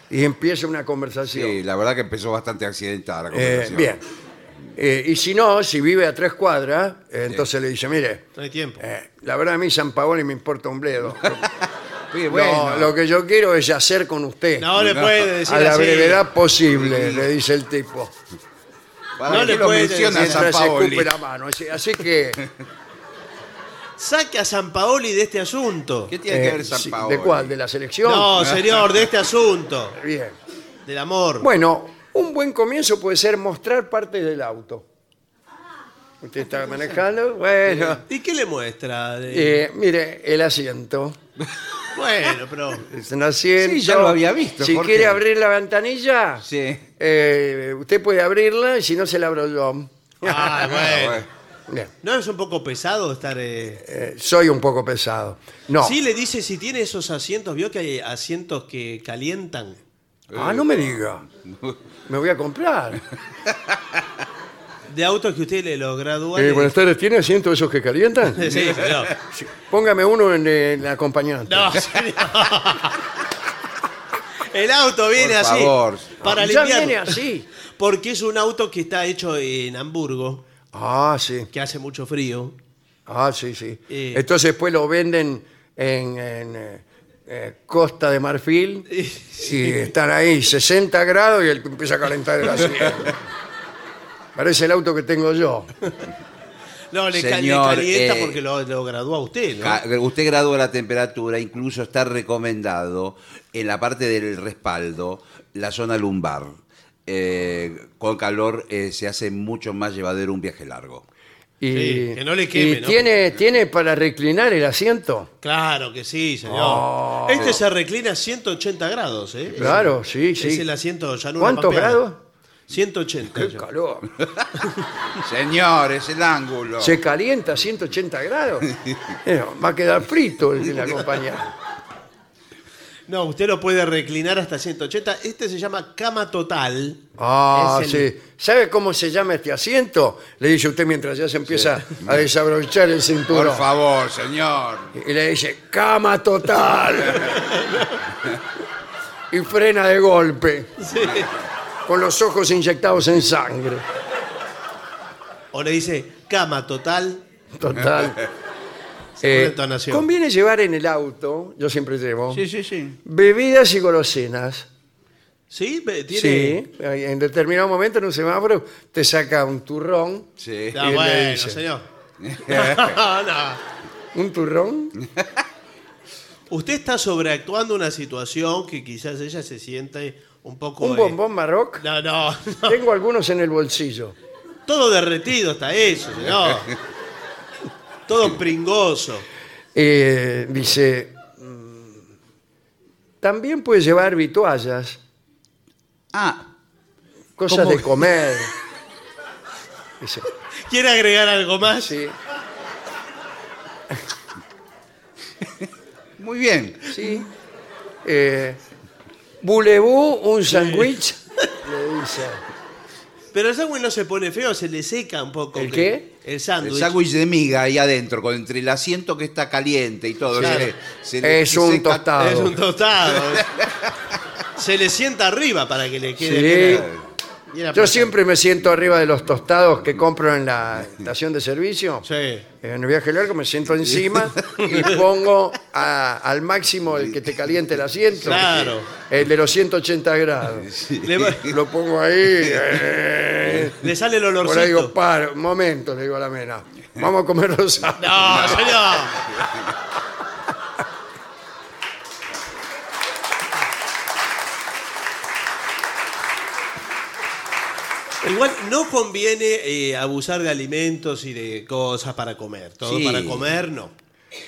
Speaker 1: Y empieza una conversación.
Speaker 3: Sí, la verdad que empezó bastante accidentada la
Speaker 1: Eh,
Speaker 3: conversación.
Speaker 1: bien. Eh, y si no, si vive a tres cuadras, eh, entonces le dice, mire,
Speaker 4: No hay tiempo.
Speaker 1: eh, la verdad a mí San Paoli me importa un bledo.
Speaker 3: Sí,
Speaker 1: No,
Speaker 3: bueno.
Speaker 1: lo que yo quiero es hacer con usted.
Speaker 4: No le
Speaker 3: no.
Speaker 4: puede decir
Speaker 1: a la
Speaker 4: así.
Speaker 1: brevedad posible, le dice el tipo.
Speaker 3: ¿Para
Speaker 4: no
Speaker 3: qué
Speaker 4: le
Speaker 3: lo
Speaker 4: puede
Speaker 3: menciona
Speaker 4: decir-
Speaker 3: San
Speaker 1: Mientras se
Speaker 3: Paoli?
Speaker 1: escupe la mano. Así- así que...
Speaker 4: Saque a San Paoli de este asunto.
Speaker 3: ¿Qué tiene que
Speaker 1: Eh,
Speaker 3: ver San
Speaker 1: sí,
Speaker 3: Paoli?
Speaker 1: ¿De cuál? ¿De la selección? Ah,
Speaker 4: No, señor, de este asunto.
Speaker 1: Bien.
Speaker 4: Del amor.
Speaker 1: Bueno, un buen comienzo puede ser mostrar partes del auto. Usted está manejando. Bueno,
Speaker 4: ¿Y qué le muestra? De-
Speaker 1: eh, mire, el asiento.
Speaker 4: Bueno, pero.
Speaker 1: Es un asiento.
Speaker 3: Sí, ya lo había visto,
Speaker 1: Si
Speaker 3: Jorge.
Speaker 1: quiere abrir la ventanilla,
Speaker 3: Sí.
Speaker 1: eh, usted puede abrirla y si no, se la abro yo.
Speaker 4: Ah,
Speaker 3: Ah,
Speaker 4: bueno.
Speaker 3: bueno.
Speaker 1: Bien,
Speaker 4: ¿No es un poco pesado estar.? eh?
Speaker 1: eh, soy un poco pesado. No.
Speaker 4: Sí, le dice si tiene esos asientos. Vio que hay asientos que calientan.
Speaker 1: Ah, no me diga. Me voy a comprar.
Speaker 4: De autos que usted le los gradúa.
Speaker 1: Eh,
Speaker 4: le-
Speaker 3: pues.
Speaker 1: buenas tardes, ¿tiene asiento esos que calientan?
Speaker 4: Sí, señor.
Speaker 1: Sí, Póngame uno en eh, la acompañante.
Speaker 4: No, señor. El auto viene
Speaker 3: Por
Speaker 4: así.
Speaker 3: favor.
Speaker 4: Para
Speaker 1: Ah, ya
Speaker 4: limpiar.
Speaker 1: viene así.
Speaker 4: Porque es un auto que está hecho en Hamburgo,
Speaker 1: Ah, sí.
Speaker 4: que hace mucho frío.
Speaker 1: Ah, sí, sí.
Speaker 4: Eh.
Speaker 1: Entonces después lo venden en, en, eh, eh, Costa de Marfil y están ahí 60 grados y el que empieza a calentar el asiento. Parece el auto que tengo yo.
Speaker 2: No, le, ca- le
Speaker 3: Señor,
Speaker 2: calienta
Speaker 3: eh,
Speaker 2: porque lo, lo graduó a usted, ¿no?
Speaker 3: Ca- Usted gradúa la temperatura, incluso está recomendado en la parte del respaldo, la zona lumbar. Eh, con calor eh, se hace mucho más llevadero un viaje largo.
Speaker 1: Y,
Speaker 2: Sí, que no le queme,
Speaker 1: y
Speaker 2: ¿no?
Speaker 1: tiene, tiene para reclinar el asiento.
Speaker 2: Claro que sí, señor. este se reclina 180 grados, ¿eh?
Speaker 1: Oh, Claro, sí, sí.
Speaker 2: Es el asiento llanura
Speaker 1: ¿Cuántos
Speaker 2: pampeana.
Speaker 1: grados?
Speaker 2: 180.
Speaker 1: ¡Qué
Speaker 2: yo.
Speaker 1: calor!
Speaker 3: Señor, es el ángulo.
Speaker 1: Se calienta a 180 grados. Eh, va a quedar frito el de la compañía.
Speaker 2: No, usted lo puede reclinar hasta 180. Este se llama cama total.
Speaker 1: Ah,
Speaker 2: Es el-
Speaker 1: sí. ¿Sabe cómo se llama este asiento? Le dice usted mientras ya se empieza a desabrochar el cinturón.
Speaker 3: Por favor, señor.
Speaker 1: Y le dice, cama total. y frena de golpe, con los ojos inyectados en sangre.
Speaker 2: O le dice cama total.
Speaker 1: Total.
Speaker 2: pone
Speaker 1: Eh,
Speaker 2: entonación.
Speaker 1: conviene llevar en el auto, yo siempre llevo,
Speaker 3: sí, sí.
Speaker 1: bebidas y golosinas.
Speaker 2: ¿Sí? Ve- Tiene...
Speaker 1: Sí, en determinado momento en un semáforo te saca un turrón.
Speaker 3: Sí.
Speaker 1: Y
Speaker 2: No,
Speaker 1: le
Speaker 2: Ah, bueno,
Speaker 1: dice-
Speaker 2: señor. No.
Speaker 1: ¿Un turrón?
Speaker 2: Usted está sobreactuando una situación que quizás ella se siente un poco.
Speaker 1: ¿Un
Speaker 2: eh,
Speaker 1: bombón marroc?
Speaker 2: No, no, no.
Speaker 1: Tengo algunos en el bolsillo.
Speaker 2: Todo derretido está eso, señor. Todo pringoso.
Speaker 1: Eh, dice, mm, también puedes llevar vituallas,
Speaker 3: Ah,
Speaker 1: cosas de comer. Dice,
Speaker 2: ¿Quiere agregar algo más?
Speaker 1: sí,
Speaker 3: muy bien.
Speaker 1: sí. Eh, Bulebú, un sándwich, le dice.
Speaker 2: Pero el sándwich no se pone feo, se le seca un poco.
Speaker 1: ¿El
Speaker 2: que-
Speaker 1: qué?
Speaker 2: El
Speaker 3: El
Speaker 2: sándwich.
Speaker 3: sándwich de miga ahí adentro, con entre el asiento que está caliente y todo.
Speaker 2: Claro.
Speaker 3: se le- se le-
Speaker 1: Es
Speaker 3: se
Speaker 1: un
Speaker 3: seca-
Speaker 1: tostado.
Speaker 2: Es un tostado. se le sienta arriba para que le quede.
Speaker 1: Sí.
Speaker 2: bien a- bien
Speaker 1: Yo
Speaker 2: apretado.
Speaker 1: siempre me siento arriba de los tostados que compro en la estación de servicio.
Speaker 2: Sí.
Speaker 1: En el viaje largo me siento encima y pongo a- al máximo el que te caliente el asiento.
Speaker 2: Claro.
Speaker 1: El de los 180 grados.
Speaker 2: Le, va-
Speaker 1: Lo pongo ahí. eh,
Speaker 2: le sale el
Speaker 1: por ahí digo,
Speaker 2: olorcito.
Speaker 1: para, un momento, le digo a la mena. Vamos a comer los
Speaker 2: No, señor. Igual no conviene eh, abusar de alimentos y de cosas para comer. Todo
Speaker 3: Sí.
Speaker 2: para comer, no.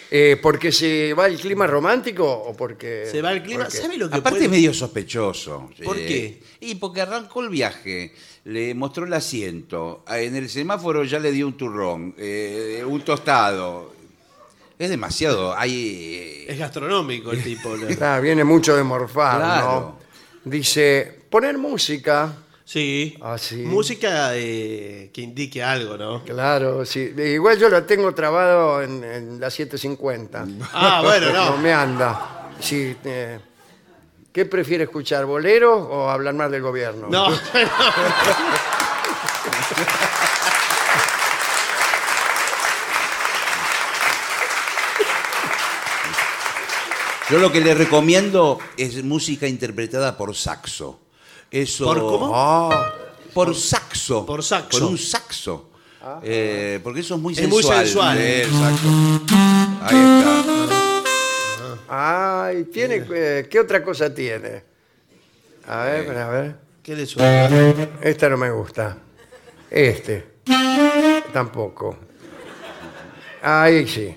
Speaker 1: Eh, ¿Porque se va el clima romántico o porque.?
Speaker 2: Se va el clima.
Speaker 1: porque-
Speaker 2: ¿Sabe lo que
Speaker 3: Aparte
Speaker 2: puede-
Speaker 3: es medio sospechoso.
Speaker 2: ¿Por qué?
Speaker 3: Y porque arrancó el viaje, le mostró el asiento, ah, en el semáforo ya le dio un turrón, eh, un tostado. Es demasiado, hay... eh,
Speaker 2: Es gastronómico el tipo. ¿no?
Speaker 1: Ah, viene mucho de morfar,
Speaker 3: Claro.
Speaker 1: ¿no? Dice, poner música.
Speaker 2: Sí.
Speaker 1: Ah, sí.
Speaker 2: Música eh, que indique algo, ¿no?
Speaker 1: Claro, sí. Eh, Igual yo lo tengo trabado en, en la 750.
Speaker 2: Ah, bueno,
Speaker 1: No
Speaker 2: no.
Speaker 1: me anda. Sí, eh, ¿Qué prefiere escuchar, boleros o hablar mal del gobierno?
Speaker 2: No,
Speaker 3: Yo lo que le recomiendo es música interpretada por saxo. Eso...
Speaker 2: ¿Por cómo?
Speaker 3: Ah, por saxo.
Speaker 2: Por saxo.
Speaker 3: Por un saxo. Eh, porque eso es muy
Speaker 2: Es muy
Speaker 3: sensual.
Speaker 2: sensual.
Speaker 3: Eh, el saxo. Ahí está.
Speaker 1: Ay, tiene, eh, ¿qué otra cosa tiene? A ver, espera, a ver.
Speaker 2: ¿Qué le suena?
Speaker 1: Esta no me gusta. Este. Tampoco. Ahí sí.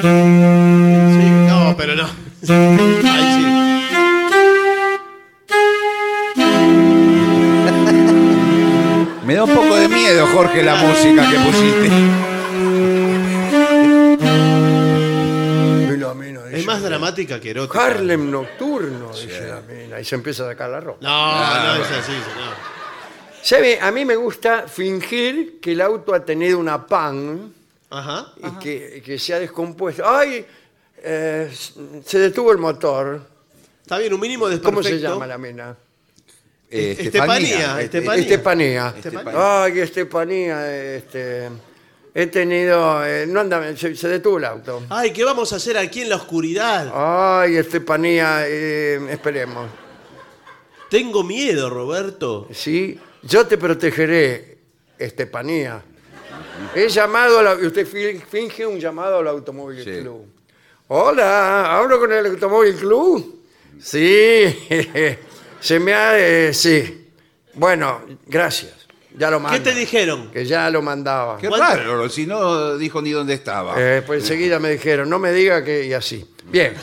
Speaker 2: Sí, no, pero no. Ahí
Speaker 3: Me da un poco de miedo, Jorge, la música que pusiste.
Speaker 1: Y la mina
Speaker 2: sí.
Speaker 1: dice,
Speaker 2: Es más dramática que erótica.
Speaker 1: Harlem nocturno, dice la mina. Y se empieza a sacar la ropa. Ah,
Speaker 2: No, no es así, señor.
Speaker 1: ¿Sabe? A mí me gusta fingir que el auto ha tenido una pan.
Speaker 2: Ajá.
Speaker 1: y que, que se ha descompuesto. ¡Ay! Eh, se detuvo el motor.
Speaker 2: Está bien, un mínimo de
Speaker 1: ¿Cómo
Speaker 2: desperfecto.
Speaker 1: se llama la mina?
Speaker 3: eh,
Speaker 2: Estefanía,
Speaker 3: Estefanía.
Speaker 2: Estefanía.
Speaker 1: Estepanía.
Speaker 3: Estefanía.
Speaker 1: Ay, Estefanía, este, he tenido, eh, no anda, se, se detuvo el auto.
Speaker 2: Ay, ¿qué vamos a hacer aquí en la
Speaker 1: Ah.
Speaker 2: oscuridad?
Speaker 1: Ay, Estefanía, eh, esperemos.
Speaker 2: Tengo miedo, Roberto.
Speaker 1: Sí, yo te protegeré, Estefanía. He llamado, a la- y usted fi- finge un llamado al Automóvil
Speaker 3: Sí.
Speaker 1: Club. Hola, ¿hablo con el Automóvil Club? Sí, se me ha... eh, sí. Bueno, gracias. Ya lo mando.
Speaker 2: ¿Qué te dijeron?
Speaker 1: Que ya lo mandaba.
Speaker 3: Qué
Speaker 2: ¿Cuánto?
Speaker 3: raro, si no dijo ni dónde estaba.
Speaker 1: Eh, pues enseguida me dijeron, no me diga que... Y así. Bien.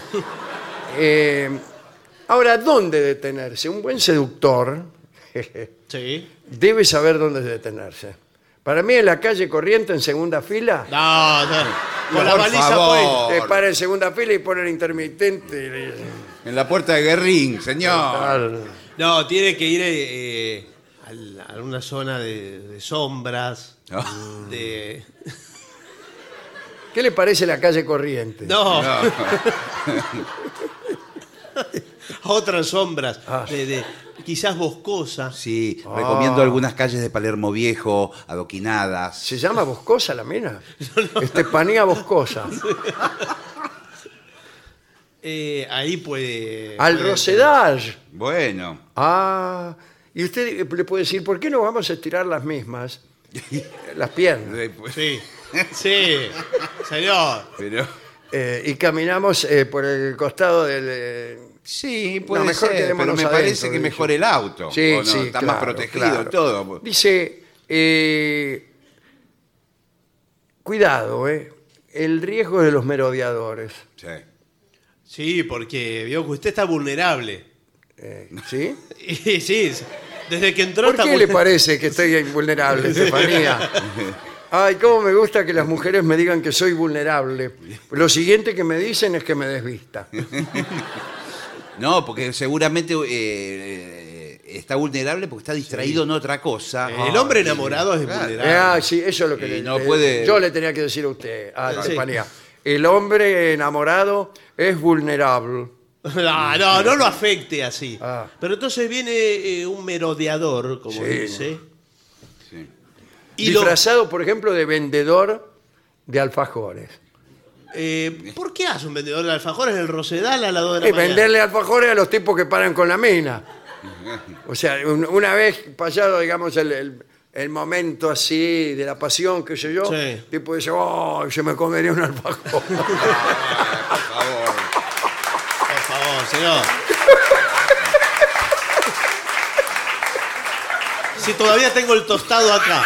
Speaker 1: Eh, ahora, ¿dónde detenerse? Un buen seductor...
Speaker 2: Sí.
Speaker 1: debe saber dónde detenerse. Para mí en la calle corriente en segunda fila,
Speaker 2: No, no. Con la
Speaker 3: Por
Speaker 2: baliza
Speaker 3: favor.
Speaker 1: te para en segunda fila y pone el intermitente. y le-
Speaker 3: En la puerta de Guerrín, señor.
Speaker 1: Al-
Speaker 2: pues. No, tiene que ir eh, al- a una zona de, de sombras.
Speaker 3: No.
Speaker 2: De...
Speaker 1: ¿Qué le parece la calle corriente?
Speaker 2: No, a
Speaker 3: No.
Speaker 2: otras sombras.
Speaker 1: Ah.
Speaker 2: De, de- quizás boscosas.
Speaker 3: Sí, recomiendo algunas calles de Palermo Viejo, adoquinadas.
Speaker 1: ¿Se llama Boscosa la mina? Estepanía Boscosa.
Speaker 2: Eh, ahí puede.
Speaker 1: Al
Speaker 2: puede-
Speaker 1: Rosedal.
Speaker 3: Bueno.
Speaker 1: Ah, y usted le puede decir, ¿por qué no vamos a estirar las mismas? Las piernas.
Speaker 3: Eh, pues,
Speaker 2: Sí. Sí. Señor.
Speaker 3: Pero.
Speaker 1: Eh, y caminamos eh, por el costado del... eh,
Speaker 3: Sí,
Speaker 1: puede ser,
Speaker 3: pero
Speaker 1: quedémonos
Speaker 3: me
Speaker 1: adentro,
Speaker 3: parece que
Speaker 1: dice.
Speaker 3: mejor el auto.
Speaker 1: Sí,
Speaker 3: ¿o no?
Speaker 1: sí,
Speaker 3: Está más
Speaker 1: claro,
Speaker 3: protegido
Speaker 1: claro.
Speaker 3: todo.
Speaker 1: Dice, eh, cuidado, eh, el riesgo de los merodeadores,
Speaker 3: Sí.
Speaker 2: Sí, porque vio que usted está vulnerable.
Speaker 1: eh, ¿sí?
Speaker 2: Y sí, desde que entró
Speaker 1: ¿Por
Speaker 2: está
Speaker 1: qué le
Speaker 2: vulnerable.
Speaker 1: parece que estoy invulnerable, Estefanía? Ay, cómo me gusta que las mujeres me digan que soy vulnerable. Lo siguiente que me dicen es que me desvista.
Speaker 3: No, porque seguramente eh, eh, está vulnerable porque está distraído en otra cosa. Ah,
Speaker 2: El hombre enamorado es
Speaker 3: Claro.
Speaker 2: vulnerable.
Speaker 1: Ah, sí, eso es lo que
Speaker 3: Y
Speaker 1: le-
Speaker 3: no
Speaker 1: le-
Speaker 3: puede-
Speaker 1: yo le tenía que decir a usted, a
Speaker 2: Sí.
Speaker 1: Estefanía. El hombre enamorado es vulnerable.
Speaker 2: No, no, no lo afecte así.
Speaker 1: Ah.
Speaker 2: Pero entonces viene eh, un merodeador, como
Speaker 1: Sí.
Speaker 2: dice.
Speaker 3: Sí.
Speaker 2: Y lo-
Speaker 1: disfrazado, por ejemplo, de vendedor de alfajores.
Speaker 2: eh, ¿Por qué hace un vendedor de alfajores en el Rosedal a las 2 de la
Speaker 1: Y
Speaker 2: mañana?
Speaker 1: venderle alfajores a los tipos que paran con la mina. O sea, un- una vez pasado, digamos, el, el- el momento así de la pasión, qué sé yo,
Speaker 2: Sí.
Speaker 1: el tipo dice, oh, se me comería un alfajor.
Speaker 3: Ah, por favor.
Speaker 2: Por favor, señor. si todavía tengo el tostado acá.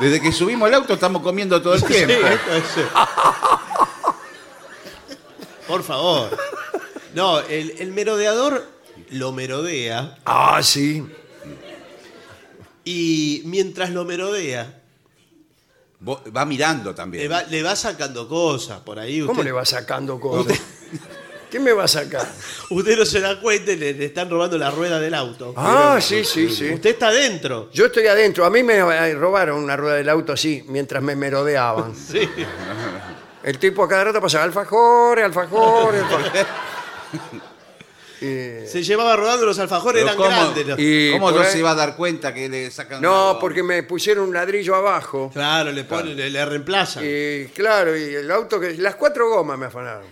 Speaker 3: Desde que subimos al auto estamos comiendo todo el
Speaker 2: Sí,
Speaker 3: tiempo.
Speaker 1: ¿eh?
Speaker 2: esto es- sí. Por favor. No, el, el merodeador lo merodea
Speaker 1: ah, sí.
Speaker 2: y mientras lo merodea,
Speaker 3: Vos- Va mirando
Speaker 2: le
Speaker 3: también.
Speaker 2: va, le va sacando cosas por ahí. Usted,
Speaker 1: ¿Cómo le va sacando cosas? ¿Qué me va a sacar?
Speaker 2: usted no se da cuenta y le, le están robando la rueda del auto.
Speaker 1: Ah, sí, sí, sí.
Speaker 2: Usted está adentro.
Speaker 1: Yo estoy adentro. A mí me eh, robaron una rueda del auto así mientras me merodeaban.
Speaker 2: Sí.
Speaker 1: El tipo a cada rato pasaba alfajores, alfajores, alfajores. Y-
Speaker 2: Se llevaba rodando los alfajores,
Speaker 3: Pero
Speaker 2: eran
Speaker 3: ¿cómo?
Speaker 2: grandes. los-
Speaker 1: Eh. Y
Speaker 3: ¿Cómo
Speaker 1: por
Speaker 3: no
Speaker 1: ahí-
Speaker 3: se va a dar cuenta que le sacan
Speaker 1: No,
Speaker 3: algo?
Speaker 1: porque me pusieron un ladrillo abajo.
Speaker 2: Claro, le, ponen, le, le reemplazan.
Speaker 1: Y claro, y el auto que. Las cuatro gomas me afanaron.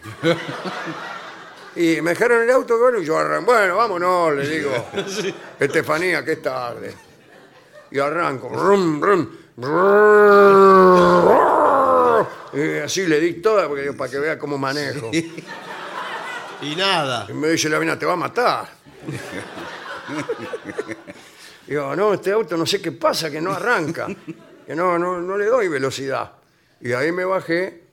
Speaker 1: Y me dejaron el auto, bueno, y yo arranco. Bueno, vámonos, le digo.
Speaker 2: Sí.
Speaker 1: Estefanía, que es tarde. Y arranco. Rum, rum. brrr, Y así le di toda porque digo, para que vea cómo manejo.
Speaker 2: Y nada.
Speaker 1: Y me dice la mina, te va a matar. Digo, no, este auto no sé qué pasa, que no arranca, que no, no, no le doy velocidad. Y ahí me bajé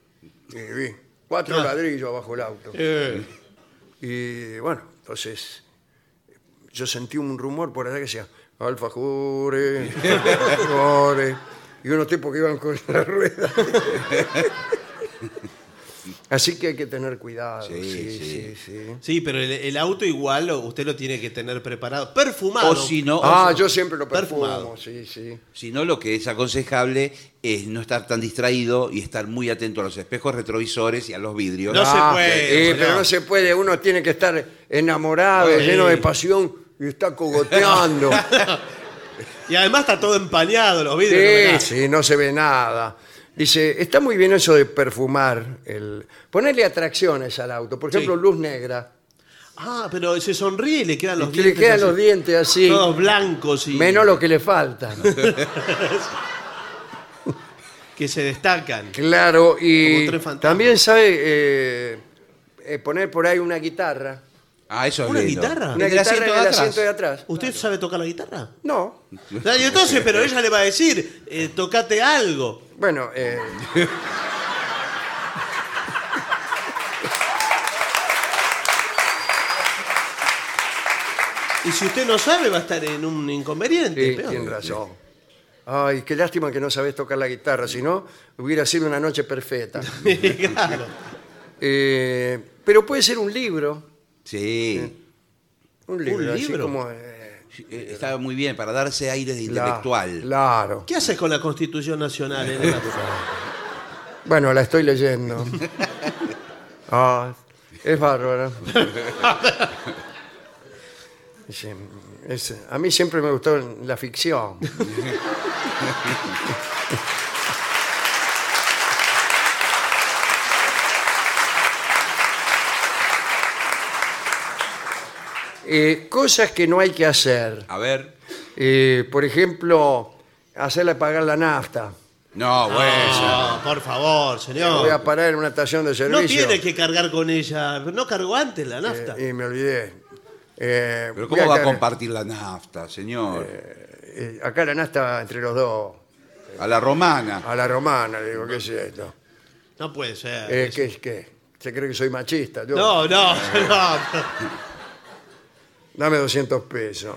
Speaker 1: y vi cuatro
Speaker 2: Claro.
Speaker 1: ladrillos abajo el auto.
Speaker 2: Eh,
Speaker 1: Y bueno, entonces yo sentí un rumor por allá que decía, alfajores, alfajores. Y unos tipos que iban con la rueda. Así que hay que tener cuidado.
Speaker 3: Sí,
Speaker 1: Sí, sí,
Speaker 3: sí.
Speaker 1: sí.
Speaker 2: Sí, pero el, el auto igual lo- usted lo tiene que tener preparado. Perfumado.
Speaker 3: O si no, o
Speaker 1: Ah, yo siempre lo
Speaker 2: Perfumado.
Speaker 1: perfumo, sí, sí.
Speaker 3: Si no, lo que es aconsejable es no estar tan distraído y estar muy atento a los espejos retrovisores y a los vidrios.
Speaker 2: No se
Speaker 1: Ah,
Speaker 2: puede,
Speaker 1: eh, pero
Speaker 2: no.
Speaker 1: no se puede, uno tiene que estar enamorado,
Speaker 2: Sí.
Speaker 1: lleno de pasión y está cogoteando.
Speaker 2: Y además está todo empañado, los vidrios. no me
Speaker 1: Sí,
Speaker 2: da.
Speaker 1: sí, no se ve nada. Dice, está muy bien eso de perfumar, el ponerle atracciones al auto, por ejemplo, luz negra,
Speaker 2: Ah, pero se sonríe y le quedan los
Speaker 1: que le
Speaker 2: dientes.
Speaker 1: quedan
Speaker 2: así,
Speaker 1: los dientes así,
Speaker 2: Todos blancos y
Speaker 1: menos lo que le falta.
Speaker 2: que se destacan.
Speaker 1: claro,
Speaker 2: Como
Speaker 1: y
Speaker 2: tres fantasmas.
Speaker 1: también sabe eh, eh, poner por ahí una guitarra.
Speaker 3: Ah, eso es
Speaker 2: ¿Una
Speaker 3: lindo.
Speaker 2: guitarra?
Speaker 1: Una
Speaker 3: ¿En el
Speaker 1: guitarra
Speaker 3: asiento
Speaker 1: en el
Speaker 3: de atrás?
Speaker 1: asiento de atrás.
Speaker 2: ¿Usted sabe tocar la guitarra?
Speaker 1: No,
Speaker 2: Ah, Y entonces, pero ella le va a decir, eh, tocate algo.
Speaker 1: bueno, eh,
Speaker 2: Y si usted no sabe, va a estar en un inconveniente.
Speaker 1: sí,
Speaker 2: peor.
Speaker 1: tiene razón. Ay, qué lástima que no sabés tocar la guitarra, si no, hubiera sido una noche perfecta.
Speaker 2: claro.
Speaker 1: Eh, pero puede ser un libro,
Speaker 3: Sí.
Speaker 1: un libro, así
Speaker 2: libro?
Speaker 1: como... eh,
Speaker 3: Eh, Está muy bien, para darse aires de
Speaker 1: Cla-
Speaker 3: intelectual.
Speaker 1: Claro.
Speaker 2: ¿Qué haces con la Constitución Nacional? eh, la puta?
Speaker 1: Bueno, la estoy leyendo. Ah, es bárbara. Sí, es- a mí siempre me gustó la ficción. Eh, cosas que no hay que hacer.
Speaker 3: A ver.
Speaker 1: Eh, por ejemplo, hacerle pagar la nafta.
Speaker 3: No, bueno.
Speaker 1: Ah.
Speaker 2: No, por favor,
Speaker 1: Pues, eh. Voy
Speaker 2: señor.
Speaker 1: a parar en una estación de
Speaker 2: No
Speaker 1: servicio.
Speaker 2: tiene que cargar con ella. No cargó antes la nafta.
Speaker 1: Eh, y me olvidé. Eh,
Speaker 3: Pero
Speaker 1: voy
Speaker 3: ¿cómo va a
Speaker 1: acá-
Speaker 3: compartir la nafta, señor?
Speaker 1: eh, acá la nasta entre los dos.
Speaker 3: a la romana.
Speaker 1: A la romana, le digo, ¿qué es esto?
Speaker 2: No puede ser.
Speaker 1: Eh, ¿qué, es- ¿Qué? ¿Se cree que soy machista? Yo,
Speaker 2: No, no, no.
Speaker 1: Dame 200 pesos.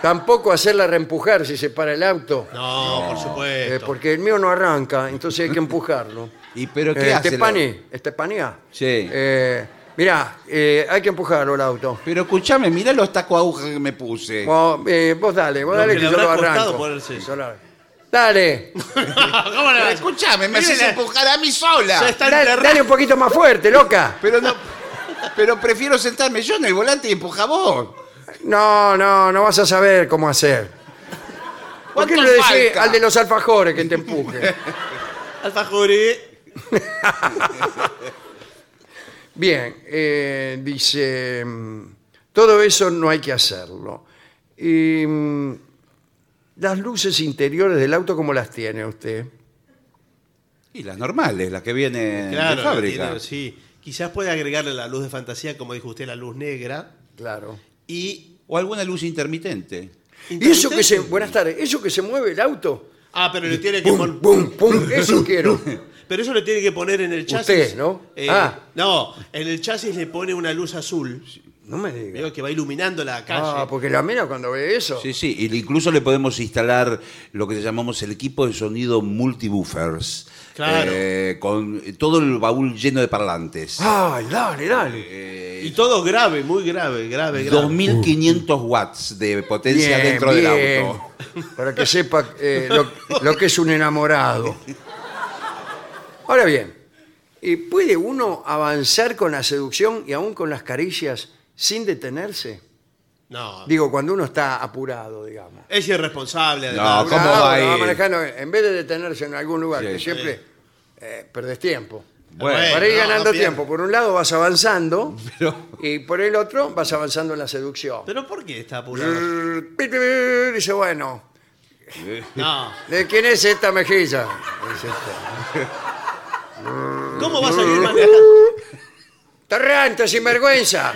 Speaker 1: Tampoco hacerla reempujar si se para el auto.
Speaker 2: No, por
Speaker 1: eh,
Speaker 2: supuesto.
Speaker 1: porque el mío no arranca, entonces hay que empujarlo.
Speaker 3: ¿Y pero qué
Speaker 1: Eh,
Speaker 3: hace la-
Speaker 1: Estepani, Estepanía.
Speaker 3: Sí.
Speaker 1: Eh, mirá, eh, hay que empujarlo el auto.
Speaker 3: Pero escúchame, mirá los tacos aguja que me puse.
Speaker 1: Vos, eh, vos dale, vos
Speaker 2: Lo
Speaker 1: dale
Speaker 2: que
Speaker 1: que,
Speaker 2: le
Speaker 1: yo lo
Speaker 2: habrá costado
Speaker 1: arranco.
Speaker 2: ponerse eso.
Speaker 1: Yo lo- Dale,
Speaker 2: ¿Cómo le
Speaker 3: Pero
Speaker 2: va?
Speaker 3: escúchame, me
Speaker 2: Mire
Speaker 3: haces
Speaker 2: la-
Speaker 3: empujar a mí sola.
Speaker 2: Ya está
Speaker 1: dale,
Speaker 2: enterrado.
Speaker 1: dale un poquito más fuerte, loca.
Speaker 3: Pero no. Pero prefiero sentarme yo en el volante y empuja vos.
Speaker 1: No, no, no vas a saber cómo hacer. ¿Por qué
Speaker 3: ¿Cuánto
Speaker 1: no le decís
Speaker 3: falta?
Speaker 1: al de los alfajores que te empuje? Eh,
Speaker 2: Alfajores.
Speaker 1: Bien, eh, dice, mm, todo eso no hay que hacerlo. Y, mm, las luces interiores del auto, ¿cómo las tiene usted?
Speaker 3: Y las normales, las que vienen
Speaker 2: Claro,
Speaker 3: de fábrica.
Speaker 2: tiene- sí. Quizás puede agregarle la luz de fantasía, como dijo usted, la luz negra.
Speaker 1: Claro.
Speaker 2: Y.
Speaker 3: O alguna luz intermitente.
Speaker 1: Y eso que se, buenas tardes, eso que se mueve el auto,
Speaker 2: Ah, pero le tiene que
Speaker 1: pum,
Speaker 2: poner.
Speaker 1: pum, pum, eso quiero.
Speaker 2: Pero eso lo tiene que poner en el chasis.
Speaker 1: Usted, ¿no?
Speaker 2: Eh,
Speaker 1: Ah.
Speaker 2: No, en el chasis le pone una luz azul.
Speaker 1: No me digas.
Speaker 2: Veo que va iluminando la calle.
Speaker 1: Ah, porque la mina cuando ve eso.
Speaker 3: Sí, sí, y le- incluso le podemos instalar lo que llamamos el equipo de sonido multibuffers.
Speaker 2: Claro.
Speaker 3: Eh, con todo el baúl lleno de parlantes.
Speaker 1: Ay, dale, dale.
Speaker 2: y todo grave, muy grave, grave, grave.
Speaker 3: 2500 watts de potencia
Speaker 1: Bien,
Speaker 3: dentro del
Speaker 1: bien.
Speaker 3: auto.
Speaker 1: Para que sepa eh, lo, lo que es un enamorado. Ahora bien, eh, ¿puede uno avanzar con la seducción y aún con las caricias sin detenerse?
Speaker 2: No.
Speaker 1: Digo, cuando uno está apurado, digamos.
Speaker 2: Es irresponsable,
Speaker 3: No,
Speaker 2: además.
Speaker 3: Ah, ¿cómo
Speaker 1: Apurado,
Speaker 3: va
Speaker 1: lo
Speaker 3: a ir?
Speaker 1: manejando, en vez de detenerse en algún lugar,
Speaker 3: Sí.
Speaker 1: que siempre eh, perdés tiempo.
Speaker 2: Bueno,
Speaker 1: Para ir
Speaker 2: no,
Speaker 1: ganando
Speaker 2: no pierda.
Speaker 1: tiempo, por un lado vas avanzando
Speaker 3: Pero-
Speaker 1: y por el otro vas avanzando en la seducción.
Speaker 2: ¿Pero por qué está apurado?
Speaker 1: Brrr, pi, pi, pi, Dice, bueno,
Speaker 3: eh,
Speaker 2: No.
Speaker 1: ¿de quién es esta mejilla? Dice,
Speaker 2: ¿Cómo va a seguir manejando?
Speaker 1: Tarranto, sinvergüenza.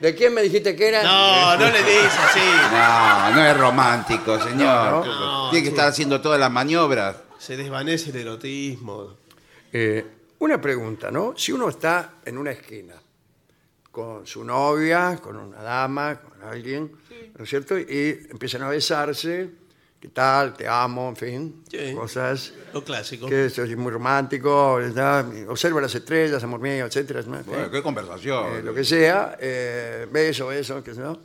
Speaker 1: ¿De quién me dijiste que era?
Speaker 2: No, no le dice así.
Speaker 3: No, no es romántico,
Speaker 2: No,
Speaker 3: señor.
Speaker 2: no,
Speaker 3: Tiene que estar haciendo todas las maniobras.
Speaker 2: Se desvanece el erotismo.
Speaker 1: Eh, una pregunta, ¿no? Si uno está en una esquina con su novia, con una dama, con alguien, ¿no es cierto? Y empiezan a besarse ¿qué tal? Te amo, en fin,
Speaker 2: Sí.
Speaker 1: cosas
Speaker 2: Lo clásico.
Speaker 1: que eso es muy romántico, ¿verdad? observa las estrellas, amor mío, etcétera, ¿no?
Speaker 3: Bueno, qué conversación.
Speaker 1: Eh, lo que sea, eh, beso, beso, qué sé yo.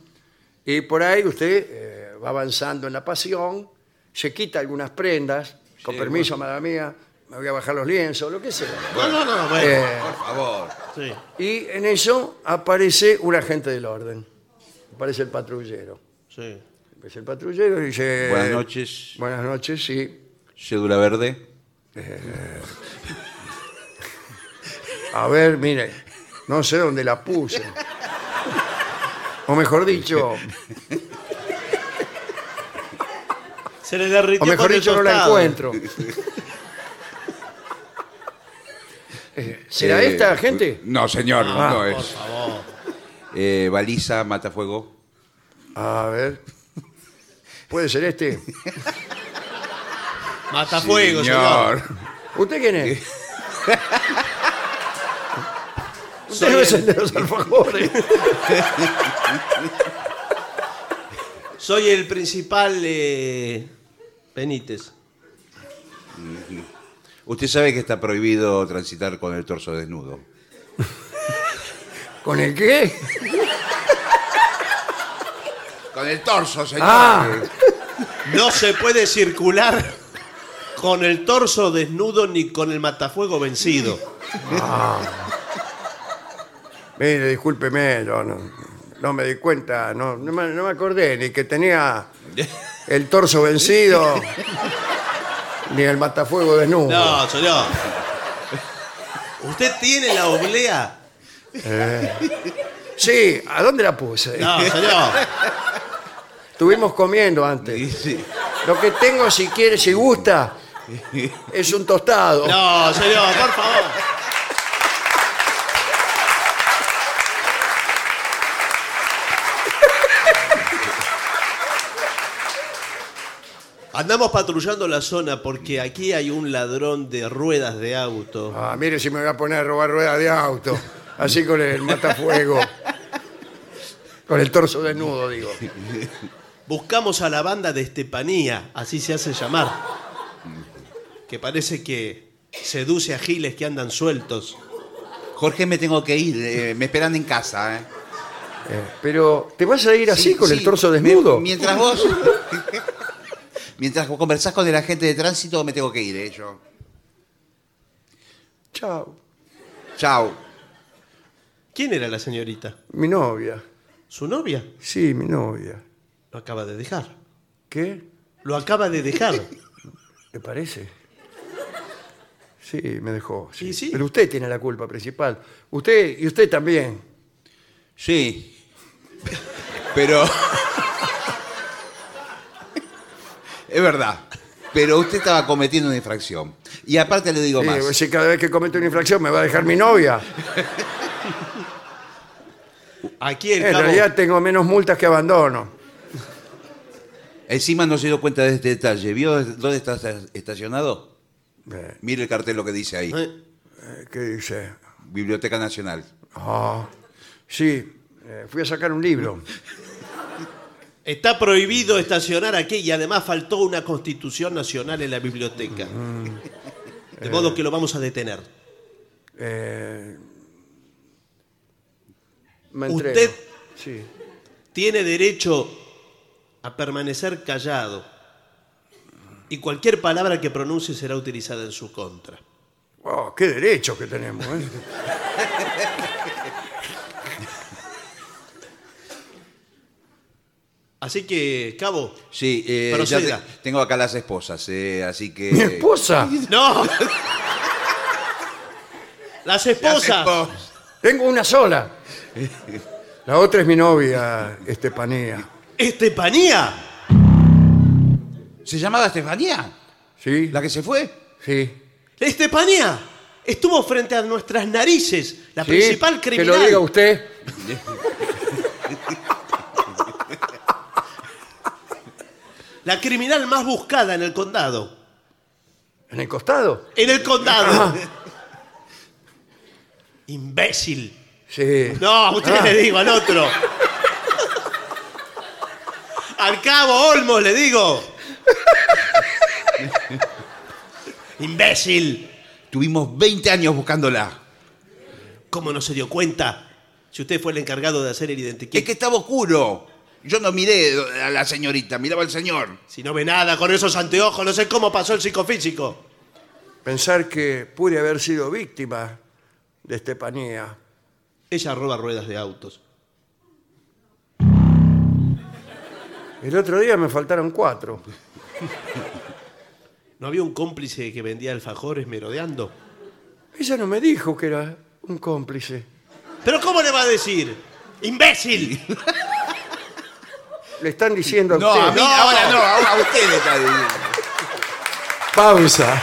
Speaker 1: Y por ahí usted eh, va avanzando en la pasión, se quita algunas prendas, con
Speaker 3: Sí,
Speaker 1: permiso, madre mía, me voy a bajar los lienzos, lo que sea.
Speaker 2: No, no, no, bueno.
Speaker 1: Eh,
Speaker 3: Por favor.
Speaker 2: sí.
Speaker 1: y en eso aparece un agente del orden, aparece el patrullero.
Speaker 2: Sí.
Speaker 1: Aparece el patrullero y dice...
Speaker 3: Buenas noches,
Speaker 1: Buenas noches, sí.
Speaker 3: cédula verde.
Speaker 1: A ver, mire, no sé dónde la puse. O mejor dicho,
Speaker 2: Se le derritió
Speaker 1: o mejor
Speaker 2: con el
Speaker 1: dicho, no la
Speaker 2: tostado.
Speaker 1: encuentro. Eh, ¿Será
Speaker 3: Eh,
Speaker 1: esta gente?
Speaker 3: No, señor,
Speaker 1: Ah,
Speaker 3: no
Speaker 1: por
Speaker 3: es.
Speaker 2: Por favor.
Speaker 3: Eh, baliza, matafuego.
Speaker 1: A ver. ¿Puede ser este?
Speaker 2: Matafuego, señor.
Speaker 1: ¿Usted quién es? Usted
Speaker 2: Soy
Speaker 1: debe
Speaker 2: el-
Speaker 1: ser de los alfajores.
Speaker 2: Soy el principal eh, Benítez.
Speaker 3: Usted sabe que está prohibido transitar con el torso desnudo.
Speaker 1: ¿Con el qué?
Speaker 3: Con el torso, señor.
Speaker 1: Ah.
Speaker 3: Eh,
Speaker 2: No se puede circular con el torso desnudo ni con el matafuego vencido.
Speaker 1: Mire, discúlpeme, yo no, no me di cuenta, no, no, me, no me acordé ni que tenía el torso vencido, ni el matafuego desnudo.
Speaker 2: No, señor. ¿Usted tiene la oblea?
Speaker 1: Sí, ¿a dónde la puse?
Speaker 2: No, señor.
Speaker 1: Estuvimos comiendo antes.
Speaker 3: Sí, sí.
Speaker 1: Lo que tengo, si quiere, si gusta, es un tostado.
Speaker 2: No, señor, por favor. Andamos patrullando la zona porque aquí hay un ladrón de ruedas de auto.
Speaker 1: Ah, mire si me voy a poner a robar ruedas de auto, así con el matafuego. Con el torso desnudo, digo.
Speaker 2: Buscamos a la banda de Estepanía, así se hace llamar. Que parece que seduce a giles que andan sueltos.
Speaker 3: Jorge, me tengo que ir. eh, me esperan en casa. ¿eh?
Speaker 1: Eh, Pero, ¿te vas a ir así
Speaker 3: Sí,
Speaker 1: con el
Speaker 3: sí.
Speaker 1: torso
Speaker 3: Me-
Speaker 1: desnudo?
Speaker 3: mientras vos. mientras vos conversás con el agente de tránsito, me tengo que ir, ¿eh? Yo.
Speaker 1: Chao,
Speaker 3: Chao.
Speaker 2: ¿Quién era la señorita?
Speaker 1: mi novia.
Speaker 2: ¿Su novia?
Speaker 1: Sí, mi novia.
Speaker 2: Lo acaba de dejar.
Speaker 1: ¿Qué?
Speaker 2: Lo acaba de dejar.
Speaker 1: ¿Le parece? Sí, me dejó. Sí.
Speaker 2: Y sí.
Speaker 1: Pero usted tiene la culpa principal. Usted y usted también.
Speaker 3: Sí. Pero. es verdad. Pero usted estaba cometiendo una infracción. Y aparte le digo
Speaker 1: Sí, pues-
Speaker 3: más.
Speaker 1: si cada vez que comete una infracción me va a dejar mi novia.
Speaker 2: Aquí el
Speaker 1: En
Speaker 2: cabo-
Speaker 1: realidad tengo menos multas que abandono.
Speaker 3: Encima no se dio cuenta de este detalle. ¿Vio dónde está estacionado?
Speaker 1: Eh,
Speaker 3: Mire el cartel lo que dice ahí.
Speaker 2: Eh,
Speaker 1: eh, ¿Qué dice?
Speaker 3: Biblioteca Nacional.
Speaker 1: Ah, sí, eh, fui a sacar un libro.
Speaker 2: Está prohibido estacionar aquí y además faltó una constitución nacional en la biblioteca.
Speaker 1: Mm.
Speaker 2: De modo que lo vamos a detener.
Speaker 1: Eh, me
Speaker 2: Usted-
Speaker 1: entrego. Sí.
Speaker 2: Tiene derecho a permanecer callado y cualquier palabra que pronuncie será utilizada en su contra.
Speaker 1: Wow, Oh, qué derechos que tenemos. ¿eh?
Speaker 2: Así que, cabo.
Speaker 3: Sí, eh, ya
Speaker 2: Proceda.
Speaker 3: te- tengo acá las esposas, eh, así que.
Speaker 1: Mi esposa.
Speaker 2: ¡No! Las
Speaker 3: Las
Speaker 2: esposas.
Speaker 3: espos-
Speaker 1: Tengo una sola. La otra es mi novia, este Estepanía.
Speaker 2: Estepanía.
Speaker 3: ¿Se llamaba Estefanía?
Speaker 1: ¿Sí?
Speaker 3: ¿La que se fue?
Speaker 1: Sí.
Speaker 2: Estepanía. Estuvo frente a nuestras narices. La
Speaker 1: Sí,
Speaker 2: principal criminal.
Speaker 1: Que lo diga usted.
Speaker 2: La criminal más buscada en el condado.
Speaker 1: ¿En el costado?
Speaker 2: En el
Speaker 3: Ah.
Speaker 2: condado. Imbécil.
Speaker 1: Sí. Ah.
Speaker 2: No, a usted
Speaker 3: Ah.
Speaker 2: le digo, al otro. Al cabo Olmos le digo. ¡Imbécil!
Speaker 3: Tuvimos 20 años buscándola.
Speaker 2: ¿Cómo no se dio cuenta? Si usted fue el encargado de hacer el
Speaker 3: Es
Speaker 2: identikit.
Speaker 3: que estaba oscuro. Yo no miré a la señorita, miraba al señor.
Speaker 2: Si no ve nada con esos anteojos, no sé cómo pasó el psicofísico.
Speaker 1: Pensar que pude haber sido víctima de este Estefanía.
Speaker 2: Ella roba ruedas de autos.
Speaker 1: El otro día me faltaron cuatro.
Speaker 2: ¿No había un cómplice que vendía alfajores merodeando?
Speaker 1: Ella no me dijo que era un cómplice.
Speaker 2: ¿Pero cómo le va a decir? ¡Imbécil!
Speaker 1: Le están diciendo a
Speaker 3: No,
Speaker 1: usted.
Speaker 3: a mí,
Speaker 2: No.
Speaker 3: ahora no, ahora a usted le está diciendo.
Speaker 1: Pausa.